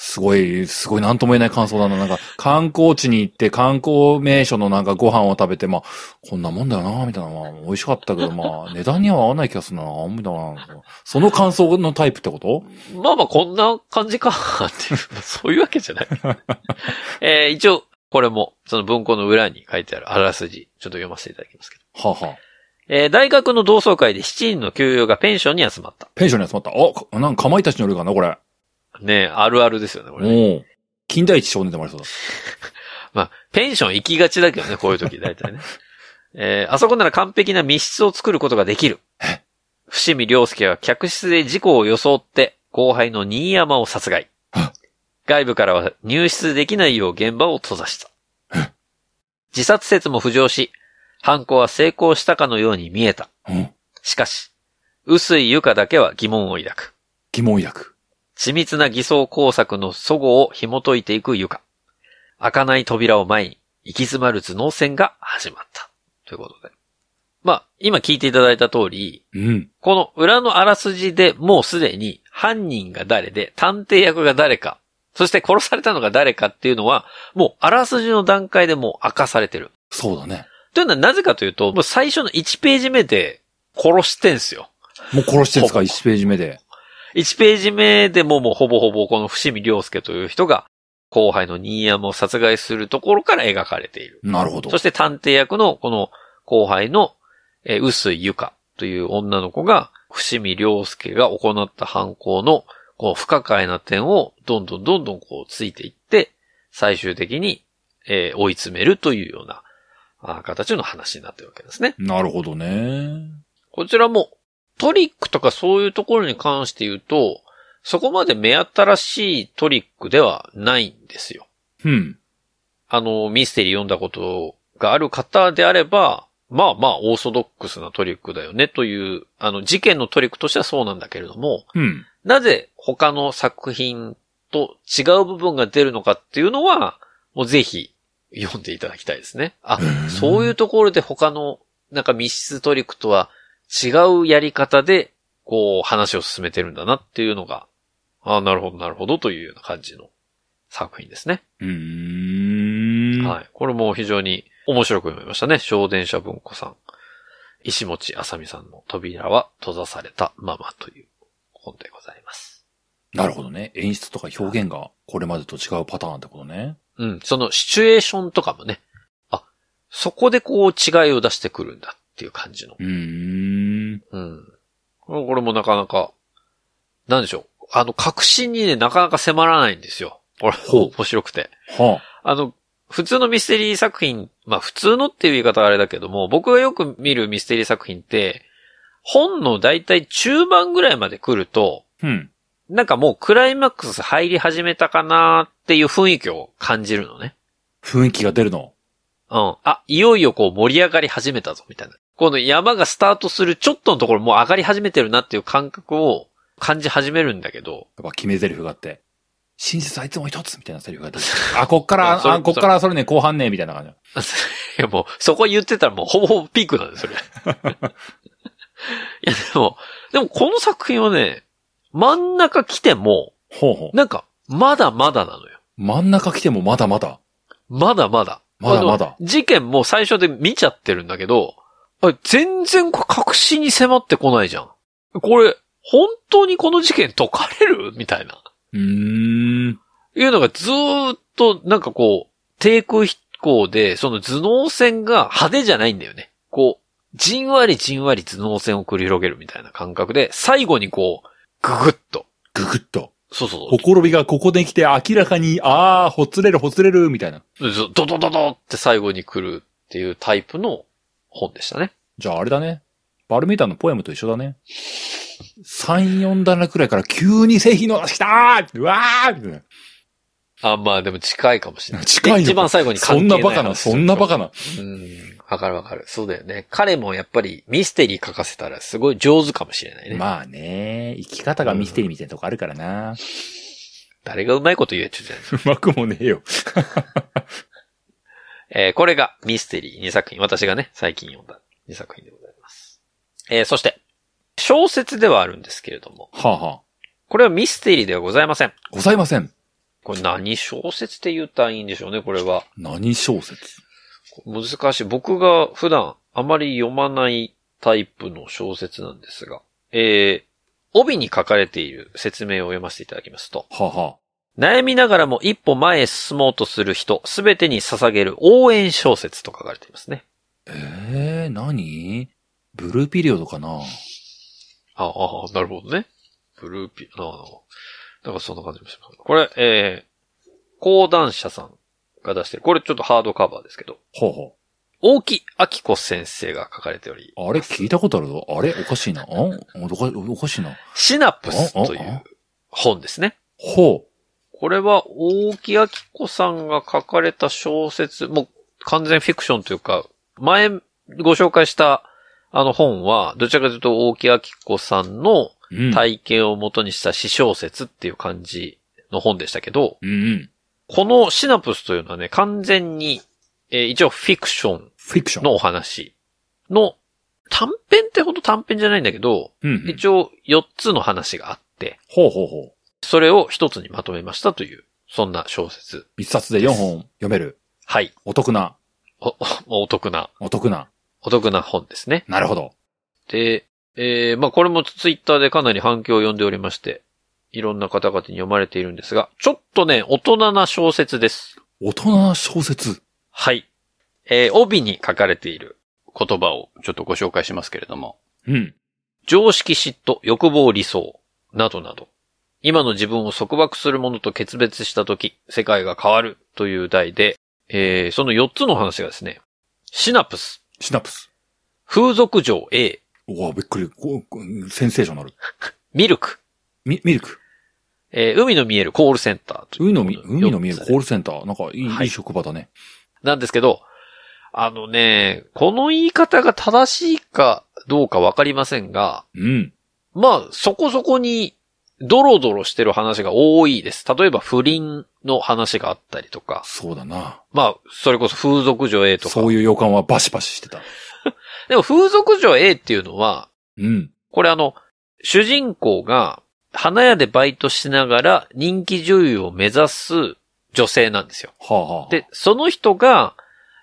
すごい、すごい、なんとも言えない感想だな。なんか、観光地に行って、観光名所のなんかご飯を食べて、まあ、こんなもんだよな、みたいな、まあ、美味しかったけど、まあ、値段には合わない気がするな、みたいな。その感想のタイプってこと
まあまあこんな感じか、っていう、そういうわけじゃない。えー一応、これも、その文庫の裏に書いてあるあらすじ、ちょっと読ませていただきますけど。
はあ、はあ、
えー大学の同窓会で7人の教養がペンションに集まった。
ペンションに集まった。あ、かなんか、かまいたちの夜かな、これ。
ねえあるあるですよね、これね、
おう近代一少年でもありそうだ。
まあ、ペンション行きがちだけどね、こういう時、大体ね。えーあそこなら完璧な密室を作ることができる。伏見良介は客室で事故を装って、後輩の新山を殺害
は。
外部からは入室できないよう現場を閉ざした。自殺説も浮上し、犯行は成功したかのように見えた。
うん。
しかし、薄井由香だけは疑問を抱く。
疑問役。
緻密な偽装工作の祖語を紐解いていくゆか。開かない扉を前に、行き詰まる頭脳戦が始まった。ということで。まあ、今聞いていただいた通り、
うん。
この裏のあらすじでもうすでに犯人が誰で、探偵役が誰か、そして殺されたのが誰かっていうのは、もうあらすじの段階でもう明かされてる。
そうだね。
というのはなぜかというと、もう最初の1ページ目で殺してんすよ。
もう殺してんすか、1ページ目で。
1ページ目でももうほぼほぼこの伏見良介という人が後輩の新山を殺害するところから描かれている。
なるほど
そ。して探偵役のこの後輩の、えー、薄井由香という女の子が伏見良介が行った犯行のこう不可解な点をどんどんどんどんこうついていって最終的に、えー追い詰めるというようなあー形の話になってるわけですね。
なるほどね。
こちらもトリックとかそういうところに関して言うと、そこまで目新しいトリックではないんですよ。
うん。
あの、ミステリー読んだことがある方であれば、まあまあオーソドックスなトリックだよねという、あの事件のトリックとしてはそうなんだけれども、
うん。
なぜ他の作品と違う部分が出るのかっていうのは、もうぜひ読んでいただきたいですね。あ、
ん
そういうところで他のなんか密室トリックとは違うやり方で、こう話を進めてるんだなっていうのが、あなるほど、なるほどというような感じの作品ですね。
うーん。
はい。これも非常に面白く読みましたね。小電車文庫さん。石持あさみさんの扉は閉ざされたままという本でございます。
なるほどね。演出とか表現がこれまでと違うパターンってことね。
うん、そのシチュエーションとかもね、あ、そこでこう違いを出してくるんだっていう感じの。
うーん。
うん。これもなかなか、なんでしょう。あの、確信にね、なかなか迫らないんですよ。これ、
ほう
面白くて。
はあ。
あの、普通のミステリー作品、まあ普通のっていう言い方はあれだけども、僕がよく見るミステリー作品って、本の大体中盤ぐらいまで来ると、
うん。
なんかもうクライマックス入り始めたかなっていう雰囲気を感じるのね。
雰囲気が出るの。
うん。あ、いよいよこう盛り上がり始めたぞ、みたいな。この山がスタートするちょっとのところもう上がり始めてるなっていう感覚を感じ始めるんだけど、
やっぱ決め台詞があって。真実はいつも一つみたいな台詞が出てくる。あ、こっから、
それ
あ、こっからそれね、後半ね、みたいな感じ。
いやもう、そこ言ってたらもうほぼほぼピークなんです、それ。い やでも、でもこの作品はね、真ん中来ても、
ほうほう。
なんか、まだまだなのよ。
真ん中来てもまだまだ。
まだまだ。
まだまだ
あの事件も最初で見ちゃってるんだけど、あ全然これ確信に迫ってこないじゃん。これ、本当にこの事件解かれるみたいな。
うーん。
いうのがずーっと、なんかこう、低空飛構で、その頭脳戦が派手じゃないんだよね。こう、じんわりじんわり頭脳戦を繰り広げるみたいな感覚で、最後にこう、ググッと。
ぐぐっと。
そうそう
ほころびがここで来て明らかに、ああ、ほつれるほつれる、みたいな。
そう。ドドドドって最後に来るっていうタイプの本でしたね。
じゃああれだね。バルメーターのポエムと一緒だね。3、4段落くらいから急に製品の話来たーうわーみたいな。
あ、まあでも近いかもしれない。
近いのか
一番最後に関
そ
係
ん
な
ないバカな、そんなバカな。
な。うん。わかるわかる。そうだよね。彼もやっぱりミステリー書かせたらすごい上手かもしれないね。
まあね、生き方がミステリーみたいなとこあるからな。
誰がうまいこと言えちゃ うじ ゃない。
うまくもねえよ。
えーこれがミステリー2作品。私がね、最近読んだ2作品でございます。えーそして、小説ではあるんですけれども、
はあ、は
これはミステリーではございません。
あ、ございません。
これ何小説って言ったらいいんでしょうね、これは。
何小説
難しい。僕が普段あまり読まないタイプの小説なんですが、えー帯に書かれている説明を読ませていただきますと、
はあ、は
悩みながらも一歩前へ進もうとする人、すべてに捧げる応援小説と書かれていますね。
あ、ええー、何ブルーピリオドかな
ああ、なるほどね。ブルーピ、ああ、なんかそんな感じもします。これ、えー、講談社さんが出してる。これちょっとハードカバーですけど、
ほうほ
大木明子先生が書かれており、
う。あれ聞いたことあるぞ。あれおかしいな。んおかおかしいな。
シナプスとい
あああ
う本ですね。
ほ
これは大木明子さんが書かれた小説、もう完全フィクションというか、前ご紹介したあの本は、どちらかというと大木明子さんの
う。うん。
体験を元にした詩小説っていう感じの本でしたけど、
うんうん。
このシナプスというのはね、完全に、えー一応フィクション
フィクション。
のお話の短編ってほど短編じゃないんだけど、
うんうん。
一応4つの話があって、
ほうほうほう。
それを1つにまとめましたという、そんな小説。
一冊で4本読める。
はい。
お得な、
お、おお得な、
お得な。
お得な本ですね。
なるほど。
で、えーまあこれもツイッターでかなり反響を呼んでおりまして、いろんな方々に読まれているんですが、ちょっとね、大人な小説です。
大人な小説。
はい。えー帯に書かれている言葉をちょっとご紹介しますけれども、
うん。
常識嫉妬、欲望理想、などなど、今の自分を束縛するものと決別したとき、世界が変わるという題で、えーその4つの話がですね、シナプス、
シナプス。
風俗嬢 A、
うわ、びっくり。こうこうセンセーショナル。
ミルク、
ミミルク。
えー海の見えるコールセンターという
海のみ、海の見える
四つ
コールセンター。なんかいい、
はい
いい職場だね。
なんですけど、あのね、この言い方が正しいかどうかわかりませんが、
うん。
まあ、そこそこに、ドロドロしてる話が多いです。例えば、不倫の話があったりとか、
そうだな。
まあ、それこそ風俗嬢 A とか
そ。ういう予感はバシバシしてた。
でも、風俗嬢 A っていうのは、
うん。
これあの、主人公が、花屋でバイトしながら人気女優を目指す女性なんですよ。
はあ、はあ。
で、その人が、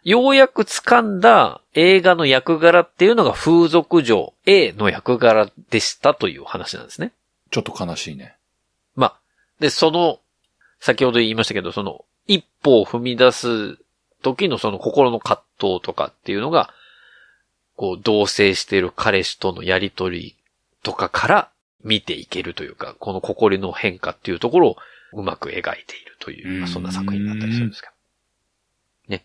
ようやく掴んだ映画の役柄っていうのが風俗嬢 A の役柄でしたという話なんですね。
ちょっと悲しいね。
まあ、で、その、先ほど言いましたけど、その、一歩を踏み出す時のその心の葛藤とかっていうのが、こう、同棲している彼氏とのやりとりとかから見ていけるというか、この心の変化っていうところをうまく描いているという、まあ、そんな作品だったりするんですけど。ね。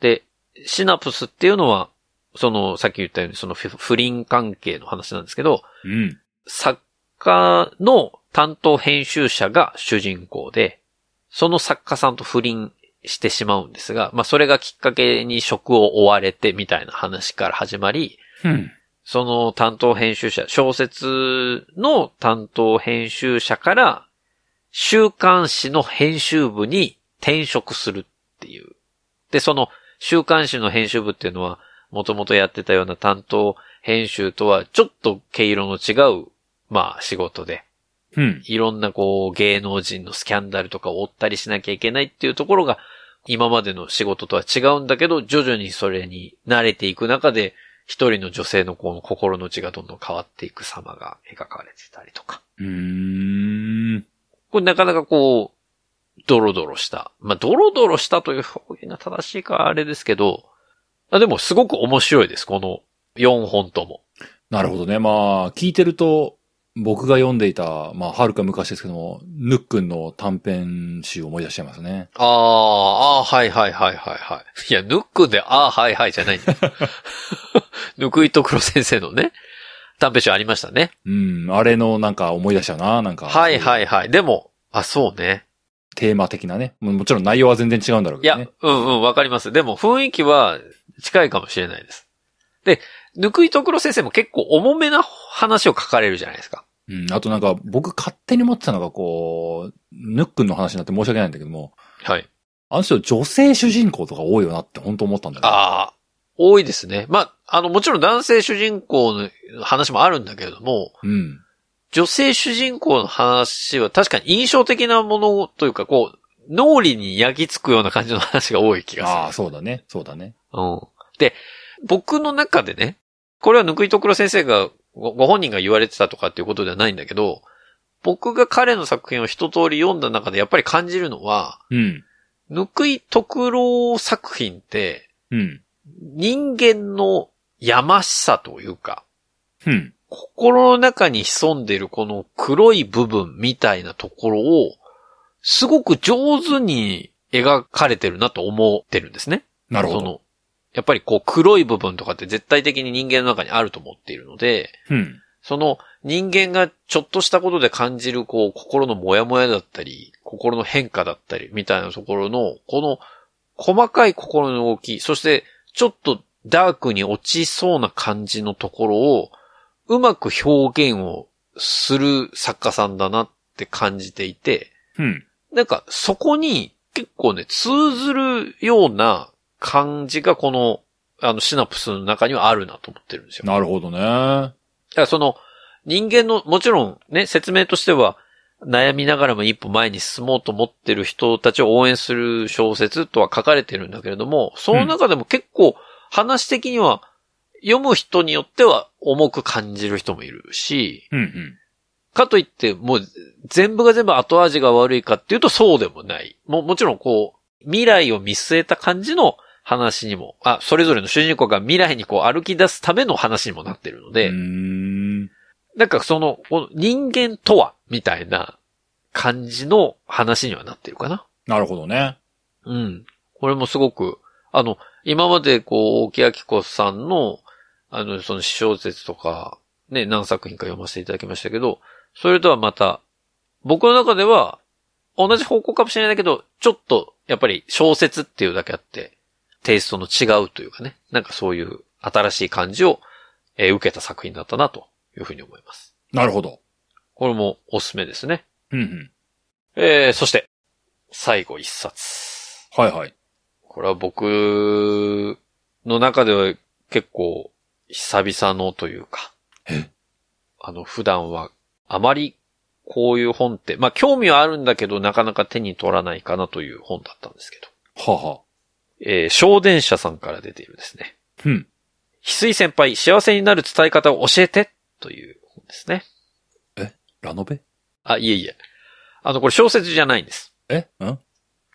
で、シナプスっていうのは、その、さっき言ったように、その不不倫関係の話なんですけど、
うん。
作家の担当編集者が主人公で、その作家さんと不倫してしまうんですが、まあそれがきっかけに職を追われてみたいな話から始まり、
うん。
その担当編集者、小説の担当編集者から週刊誌の編集部に転職するっていう。で、その週刊誌の編集部っていうのは、もともとやってたような担当編集とはちょっと毛色の違う、まあ仕事で、
うん。
いろんなこう芸能人のスキャンダルとかを追ったりしなきゃいけないっていうところが今までの仕事とは違うんだけど、徐々にそれに慣れていく中で、一人の女性のこの心の内がどんどん変わっていく様が描かれてたりとか。
うーん。
これなかなかこう、ドロドロした。まあ、ドロドロしたという表現が正しいかあれですけど、あでもすごく面白いです、この4本とも。
なるほどね。まあ、聞いてると、僕が読んでいた、まあ、はるか昔ですけども、ぬっくんの短編集を思い出しちゃいますね。
ああ、ああ、はいはいはいはいはい。いや、ぬっくんで、ああ、はいはいじゃないんだ よ。ぬくいと黒先生のね、短編集ありましたね。
うん、あれのなんか思い出したな、なんか。
はいはいはい。でも、あ、そうね。
テーマ的なね。ももちろん内容は全然違うんだろう
い
けど
や、
ね。
うんうん、わかります。でも雰囲気は近いかもしれないです。で、ぬくいとくろ先生も結構重めな話を書かれるじゃないですか。
うん、あとなんか、僕勝手に思ってたのが、こう、ぬっくんの話になって申し訳ないんだけども、
はい。
あの人女性主人公とか多いよなって本当思ったんだけど。
ああ、多いですね。まあ、あの、もちろん男性主人公の話もあるんだけれども、
うん。
女性主人公の話は確かに印象的なものというか、こう、脳裏に焼き付くような感じの話が多い気がする
あ。あ、そうだね。そうだね。
うん。で、僕の中でね、これはぬくいとくろ先生がご、ご本人が言われてたとかっていうことではないんだけど、僕が彼の作品を一通り読んだ中でやっぱり感じるのは、
うん。
ぬくいとくろ作品って、
うん。
人間のやましさというか、
うん。
心の中に潜んでいるこの黒い部分みたいなところを、すごく上手に描かれてるなと思ってるんですね。
なるほ
そ
ど。
の、やっぱりこう黒い部分とかって絶対的に人間の中にあると思っているので、
うん。
その人間がちょっとしたことで感じるこう心のモヤモヤだったり、心の変化だったりみたいなところの、この細かい心の動き、そしてちょっとダークに落ちそうな感じのところを、うまく表現をする作家さんだなって感じていて、
うん。
なんか、そこに結構ね、通ずるような感じがこの、あの、シナプスの中にはあるなと思ってるんですよ。だか
なるほどね。
らその、人間の、もちろんね、説明としては、悩みながらも一歩前に進もうと思ってる人たちを応援する小説とは書かれてるんだけれども、その中でも結構話的には、読む人によっては重く感じる人もいるし、
うん。うん。
かといって、もう、全部が全部後味が悪いかっていうとそうでもない。も、もちろんこう、未来を見据えた感じの話にも、あ、それぞれの主人公が未来にこう歩き出すための話にもなってるので、
うーん。
なんかその、この人間とは、みたいな感じの話にはなってるかな。
なるほどね。
うん。これもすごく、あの、今までこう、大木明子さんの、あの、その私小説とか、ね、何作品か読ませていただきましたけど、それとはまた、僕の中では、同じ方向かもしれないけど、ちょっと、やっぱり小説っていうだけあって、テイストの違うというかね、なんかそういう新しい感じを、えー受けた作品だったな、というふうに思います。
なるほど。
これもおすすめですね。
うんうん。
えー、そして、最後一冊。
はいはい。
これは僕の中では結構久々のというか、あの普段はあまりこういう本って、まあ興味はあるんだけどなかなか手に取らないかなという本だったんですけど、
はあは
えー、小電車さんから出ているですね。
あ。うん。
翡翠先輩、幸せになる伝え方を教えてという本ですね。
ラノベ
あ、いえいえ。あの、これ小説じゃないんです。
えうん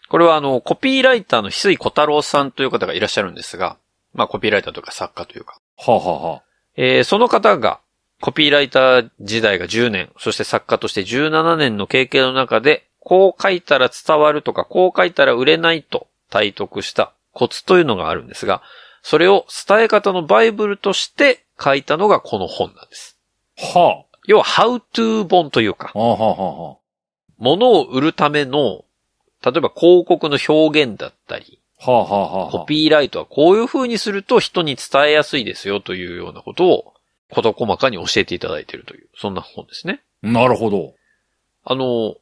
これはあの、コピーライターの翡翠小太郎さんという方がいらっしゃるんですが、まあコピーライターというか作家というか、
はあはあはあ。
えーその方が、コピーライター時代が10年、そして作家として17年の経験の中で、こう書いたら伝わるとか、こう書いたら売れないと体得したコツというのがあるんですが、それを伝え方のバイブルとして書いたのがこの本なんです。
は
要は、how to 本というか
あ。、はあはあはあは
物を売るための、例えば広告の表現だったり、
あ。はあはあはあ。
コピーライトはこういう風にすると人に伝えやすいですよというようなことを事細かに教えていただいているという、そんな本ですね。
なるほど。
あの、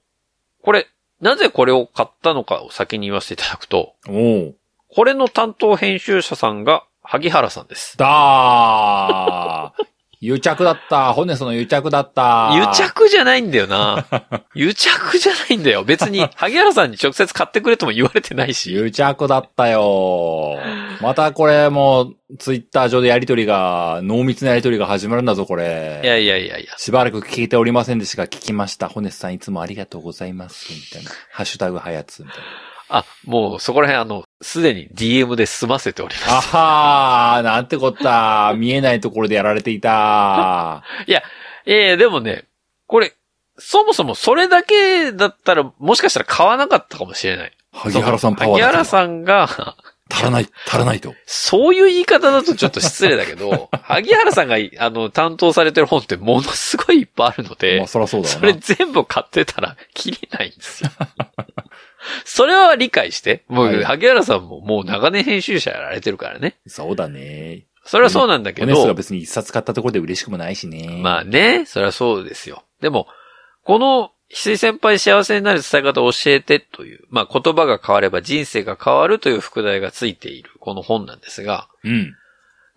これ、なぜこれを買ったのかを先に言わせていただくと、
おう。
これの担当編集者さんが萩原さんです。
だー。 癒着だった。ホネスの癒着だった。
癒着じゃないんだよな。癒着じゃないんだよ。別に、萩原さんに直接買ってくれとも言われてないし。
癒着だったよー。またこれもう、ツイッター上でやりとりが、濃密なやりとりが始まるんだぞ、これ。
いやいやいやいや。
しばらく聞いておりませんでしたが、聞きました。ホネスさんいつもありがとうございます。みたいな。ハッシュタグはやつ。みたいな。
あ、もうそこら辺あの、すでに DM で済ませております。
あはー、なんてこった。見えないところでやられていた。
いやいや、でもね、これ、そもそもそれだけだったら、もしかしたら買わなかったかもしれない。
萩原さんパワ
萩
ーだ
原さんが、
足らない、足らないと。
そういう言い方だとちょっと失礼だけ ど、萩原さんが、あの、担当されてる本ってものすごいいっぱいあるの
ま
で
あ、、そらそうだ
そ
わな
れ。全部買ってたら、切れないんですよ。 それは理解して。もう、
はい
萩原さんももう長年編集者やられてるからね。
そうだね。
それはそうなんだけ
ホネスが
ど、
別に一冊買ったところで嬉しくもないしね。
まあね、それはそうですよ。でも、この、翡翠先輩幸せになる伝え方を教えてという、まあ言葉が変われば人生が変わるという副題がついているこの本なんですが、
うん。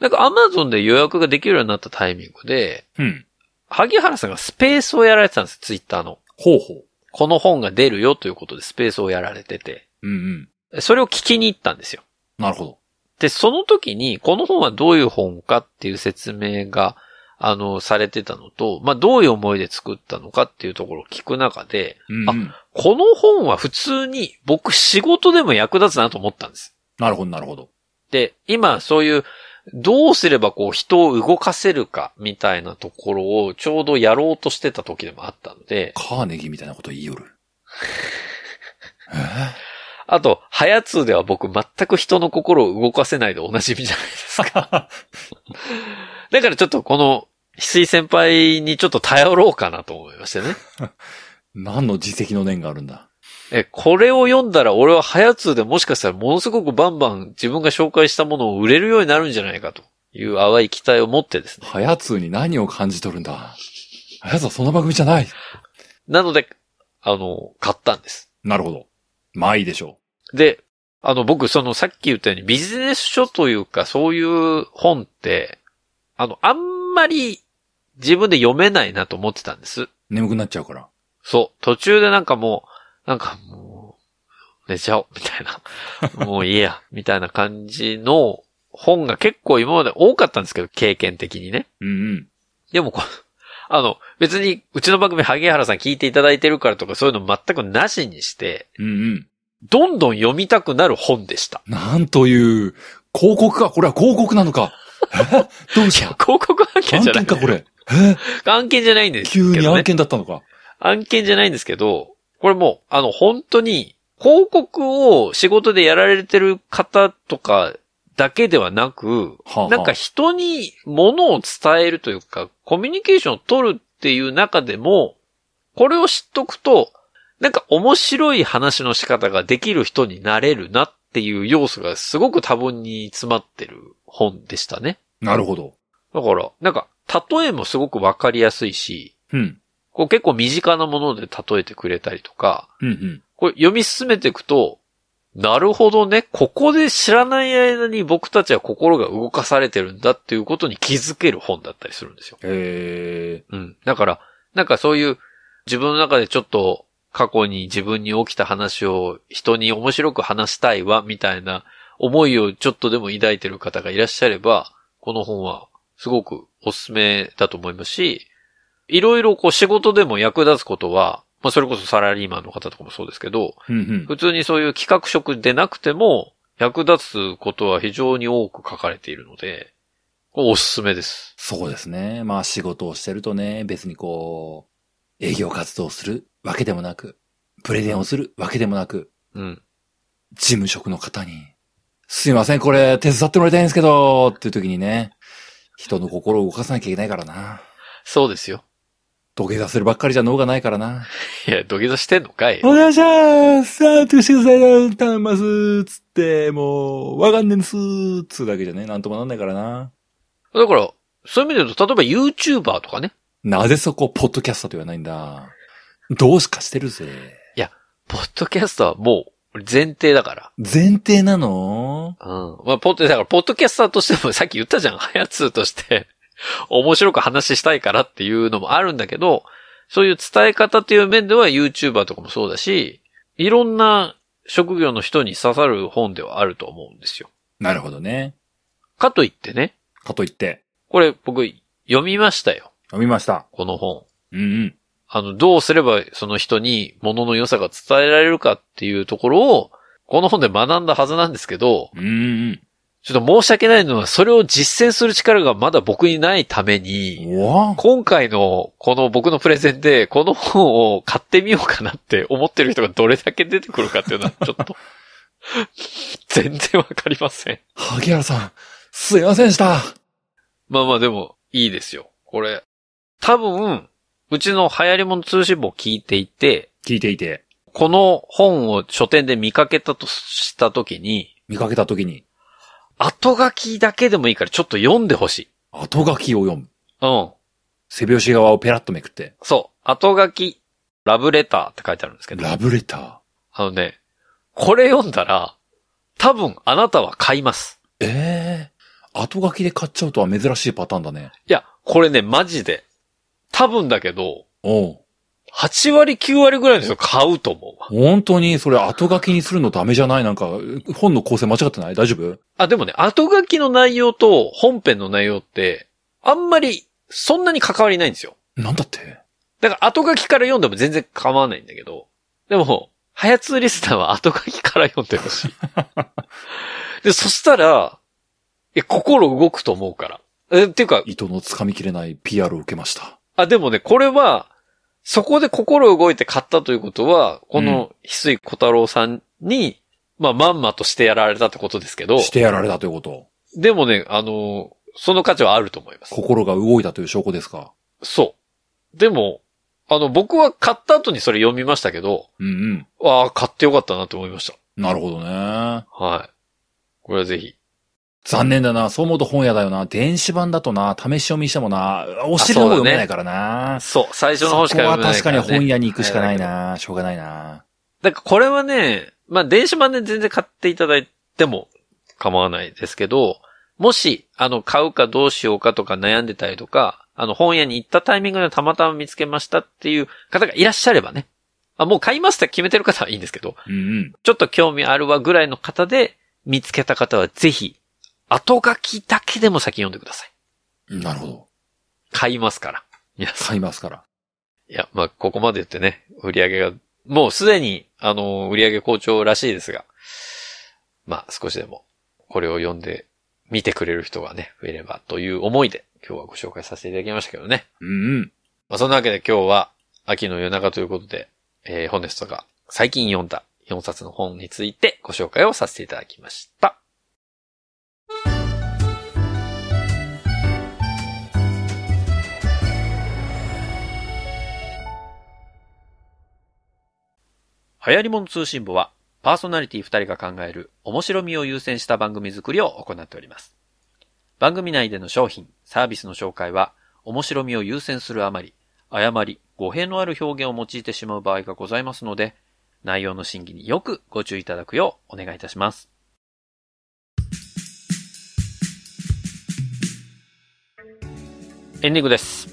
なんかアマゾンで予約ができるようになったタイミングで、
うん。
萩原さんがスペースをやられてたんです、ツイッターの。
ほうほう。
この本が出るよということでスペースをやられてて、
うんうん。
それを聞きに行ったんですよ。
なるほど。
で、その時に、この本はどういう本かっていう説明が、あの、されてたのと、まあ、どういう思いで作ったのかっていうところを聞く中で、
うん、うん。
この本は普通に僕仕事でも役立つなと思ったんです。
なるほど、なるほど。
で、今そういう、どうすればこう人を動かせるかみたいなところをちょうどやろうとしてた時でもあったので、
カーネギーみたいなこと言いよる。 え
あと、ハヤツーでは僕全く人の心を動かせないでおなじみじゃないですか。
ー
だからちょっとこの、翡翠先輩にちょっと頼ろうかなと思いましてね。
何の自責の念があるんだ。
え、これを読んだら俺はハヤツーでもしかしたらものすごくバンバン自分が紹介したものを売れるようになるんじゃないかという淡い期待を持ってですね。
はやつに何を感じ取るんだ。はやつはそんな番組じゃない。
なので、あの、買ったんです。
なるほど。まあいいでしょ
で、あの、僕、その、さっき言ったようにビジネス書というか、そういう本って、あの、あんまり自分で読めないなと思ってたんです。
う。眠くなっちゃうから。
そう。途中でなんかもう、なんかもう、寝ちゃおう、みたいな。もういいや、みたいな感じの本が結構今まで多かったんですけど、経験的にね。
うんうん。
でもこの、あの、別に、うちの番組、萩原さん聞いていただいてるからとか、そういうの全くなしにして、
うんうん。
どんどん読みたくなる本でした。
なんという、広告か。これは広告なのか。えどうした
広告案件
案
じゃない
件。か、これ。え
案件じゃないんです けど、
急
ね。
に案件だったのか。
案件じゃないんですけど、これもう、あの、本当に、広告を仕事でやられてる方とかだけではなく、
はあはあ
なんか人に物を伝えるというか、コミュニケーションを取るっていう中でも、これを知っとくと、なんか面白い話の仕方ができる人になれるなっていう要素がすごく多分に詰まってる本でしたね。
なるほど。
だから、なんか、例えもすごくわかりやすいし、
うん。
こう結構身近なもので例えてくれたりとか、
うんうん。
これ読み進めていくと、なるほどね、ここで知らない間に僕たちは心が動かされてるんだっていうことに気づける本だったりするんですよ。
え
うん。だから、なんかそういう自分の中でちょっと過去に自分に起きた話を人に面白く話したいわ、みたいな思いをちょっとでも抱いてる方がいらっしゃれば、この本はすごくおすすめだと思いますし、いろいろこう仕事でも役立つことは、まあそれこそサラリーマンの方とかもそうですけど、
ー。うんうん。
普通にそういう企画職でなくても役立つことは非常に多く書かれているので、これおすすめです。
そうですね。まあ仕事をしてるとね、別にこう、営業活動をするわけでもなく、プレゼンをするわけでもなく、
うん。
事務職の方に、すいません、これ手伝ってもらいたいんですけど、っていう時にね、人の心を動かさなきゃいけないからな。
そうですよ。
土下座するばっかりじゃ脳がないからな。
いや、土下座してんのかい。
願いしますさあ、としてください頼みますつって、もう、わかんねんですつうだけじゃね、なんともなんないからな。
だから、そういう意味で言うと、例えば YouTuber とかね、
なぜそこ、ポッドキャストと言わないんだ。どうしかしてるぜ。
ポッドキャストはもう前提だから。
前提なの
うん。まあ、ポッド、だから、ポッドキャスターとしても、 さっき言ったじゃん、ハヤツーとして、 面白く話したいからっていうのもあるんだけど、そういう伝え方という面では YouTuber とかもそうだし、いろんな職業の人に刺さる本ではあると思うんですよ。
なるほどね。
かといってね、
かといって、
これ僕読みましたよ。
読みました。
この本。
うんうん。
あの、どうすればその人に物の良さが伝えられるかっていうところを、この本で学んだはずなんですけど、
うんうん
ちょっと申し訳ないのは、それを実践する力がまだ僕にないため
う
に、
ん。おー
今回のこの僕のプレゼンで、この本を買ってみようかなって思ってる人がどれだけ出てくるかっていうのは、ちょっと、 全然わかりません。
萩原さん、すいませんでした。
まあまあでも、いいですよ。これ。多分、うちの流行り物通信簿を聞いていて、
聞いていて、
この本を書店で見かけたとしたときに、
見かけた時に、
後書きだけでもいいからちょっと読んでほしい。
後書きを読む。
うん。
背拍子側をペラッとめくって、
そう。後書き、ラブレターって書いてあるんですけど。
ラブレタ
あのね、これ読んだら、多分あなたは買います。
ー。ええ後書きで買っちゃうとは珍しいパターンだね。
いや、これね、マジで。多分だけど、
おう
8割、9割ぐらいの人買うと思うわ。
本当に、それ後書きにするのダメじゃないなんか、本の構成間違ってない大丈夫
あ、でもね、後書きの内容と本編の内容って、あんまり、そんなに関わりないんですよ。
なんだって
だから後書きから読んでも全然構わないんだけど、でも、ハヤツーリスナーは 後書きから読んでほしい。 で、そしたら、え、心動くと思うから。え、っていうか、
糸のつかみきれない PR を受けました。
あ、でもね、これは、そこで心動いて買ったということは、この翡翠小太郎さんに、まあ、まんまとしてやられたってことですけど、
してやられたということ。
でもね、あの、その価値はあると思います。
心が動いたという証拠ですか
そう。でも、あの、僕は買った後にそれ読みましたけど、
うんうん。
ああ、買ってよかったなと思いました。
なるほどね。
はい。これはぜひ。
残念だな。そう思うと本屋だよな。電子版だとな、試し読みしてもな、お尻の方が読めないからな。
そう、最初の本し
そ
か
こは
読めないか、
確から
ね。
に本屋に行くしかないな。しょうがないな。
だからこれはね、まあ、電子版で全然買っていただいても構わないですけど、もし、あの、買うかどうしようかとか悩んでたりとか、あの、本屋に行ったタイミングでたまたま見つけましたっていう方がいらっしゃればね。あ、もう買いますって決めてる方はいいんですけど、
うんうん。
ちょっと興味あるわぐらいの方で見つけた方はぜひ、後書きだけでも先読んでください。
なるほど。
買いますから。皆さん
買いますから。
いや、まあ、ここまで言ってね、売り上げが、もうすでに、あの、売り上げ好調らしいですが、まあ、少しでも、これを読んで、見てくれる人がね、増えればという思いで、今日はご紹介させていただきましたけどね。
うんうん。
まあ、そんなわけで今日は、秋の夜中ということで、えー、本ですとか、最近読んだ4冊の本についてご紹介をさせていただきました。流行り物通信部は、パーソナリティ2人が考える面白みを優先した番組作りを行っております。番組内での商品、サービスの紹介は、面白みを優先するあまり、誤り、語弊のある表現を用いてしまう場合がございますので、内容の審議によくご注意いただくようお願いいたします。エンディングです。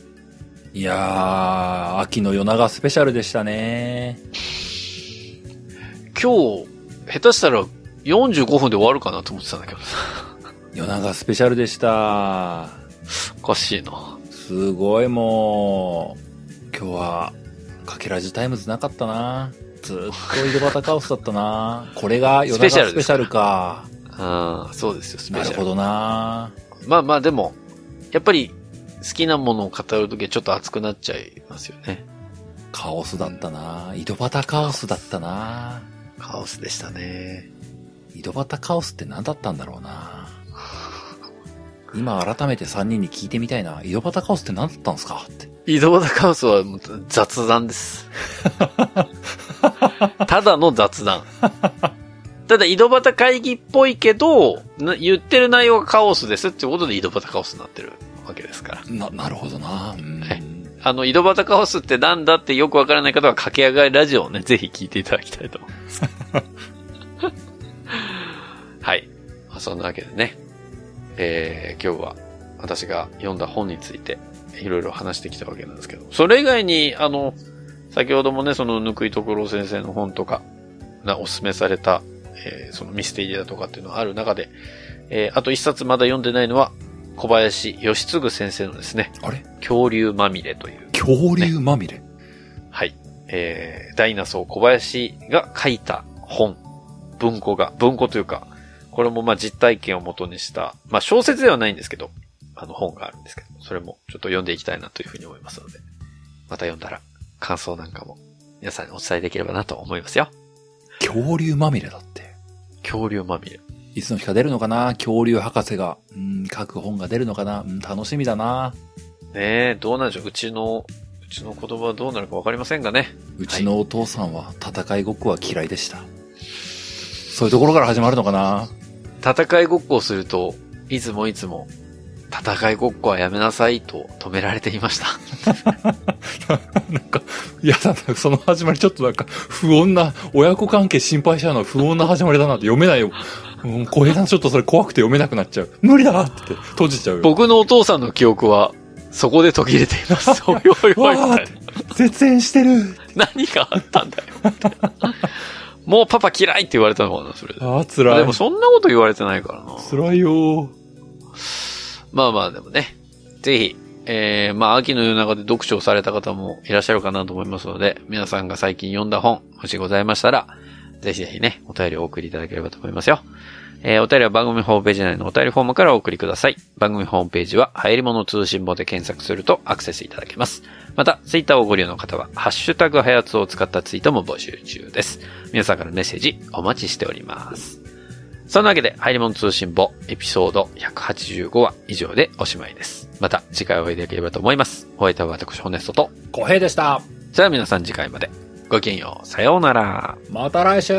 いやー、秋の夜長スペシャルでしたね。
今日、下手したら45分で終わるかなと思ってたんだけどさ。
夜長スペシャルでした。
おかしいな。
すごいもう、今日は、かけらじタイムズなかったな。ずっと井戸端カオスだったな。これが夜
スペ
長
シャル
ス
で
ペ
す
シ
か
ャルか。
ああ、そうですよ、スペ
な
シ
る
ャル
ほ。どな。
まあまあでも、やっぱり好きなものを語るときはちょっと熱くなっちゃいますよね。
カオスだったな。井戸端カオスだったな。
カオスでしたね。
井戸端カオスって何だったんだろうな。今改めて3人に聞いてみたいな。井戸端カオスって何だったんですかって。
移動だカオスはもう雑談です。ただの雑談。ただ、井戸端会議っぽいけど、な言ってる内容がカオスですっていうことで井戸端カオスになってるわけですから。
な、なるほどな。うん
はいあの、井戸端カオスってなんだってよくわからない方は駆け上がりラジオをね、ぜひ聞いていただきたいと思います。はい。まあ、そんなわけでね、えー、今日は私が読んだ本についていろいろ話してきたわけなんですけど、それ以外に、あの、先ほどもね、その、ぬくいところ先生の本とか、な、おすすめされた、えーそのミステリーだとかっていうのがある中で、えーあと一冊まだ読んでないのは、小林義次先生のですね、
あれ
恐竜まみれという、
恐竜まみれ、
はい、えーダイナソー小林が書いた本、文庫が、文庫というか、これもまあ実体験を元にした、まあ小説ではないんですけど、あの本があるんですけど、それもちょっと読んでいきたいなというふうに思いますので、また読んだら感想なんかも皆さんにお伝えできればなと思いますよ。
恐竜まみれだって。
恐竜まみれ。
いつの日か出るのかな恐竜博士が。うん、書く本が出るのかなうん、楽しみだな。
ねえ、どうなんでしょう。うちの、うちの子供はどうなるかわかりませんがね。
うちのお父さんは戦いごっこは嫌いでした。そういうところから始まるのかな
戦いごっこをすると、いつもいつも、戦いごっこはやめなさいと止められていました。
なんか、いやだな、その始まりちょっとなんか、不穏な、親子関係心配しちゃうのは不穏な始まりだなって読めないよ。うん、小平さんちょっとそれ怖くて読めなくなっちゃう。無理だって言って閉じちゃうよ。
僕のお父さんの記憶は、そこで途切れています。 おいおいおいみ
わ
た
ーっ
い
て、絶縁してる。
な。 何があったんだよ。 みたいなもうパパ嫌いって言われたのかな、それで。
ああ、辛い。
でもそんなこと言われてないからな。
辛いよ
まあまあでもね、ぜひ、えー、まあ秋の夜中で読書をされた方もいらっしゃるかなと思いますので、皆さんが最近読んだ本、もしございましたら、ぜひぜひね、お便りをお送りいただければと思いますよ。えー、お便りは番組ホームページ内のお便りフォームからお送りください。番組ホームページは、流行り物通信簿で検索するとアクセスいただけます。また、ツイッターをご利用の方は、ハッシュタグはやつを使ったツイートも募集中です。皆さんからのメッセージお待ちしております。そんなわけで、入り物通信簿、エピソード185は以上でおしまいです。また次回お会いできればと思います。お相手は私、ホネストと。
ー。小平でした。
じゃあ皆さん次回まで。ごきげんよう。さようなら。
また来週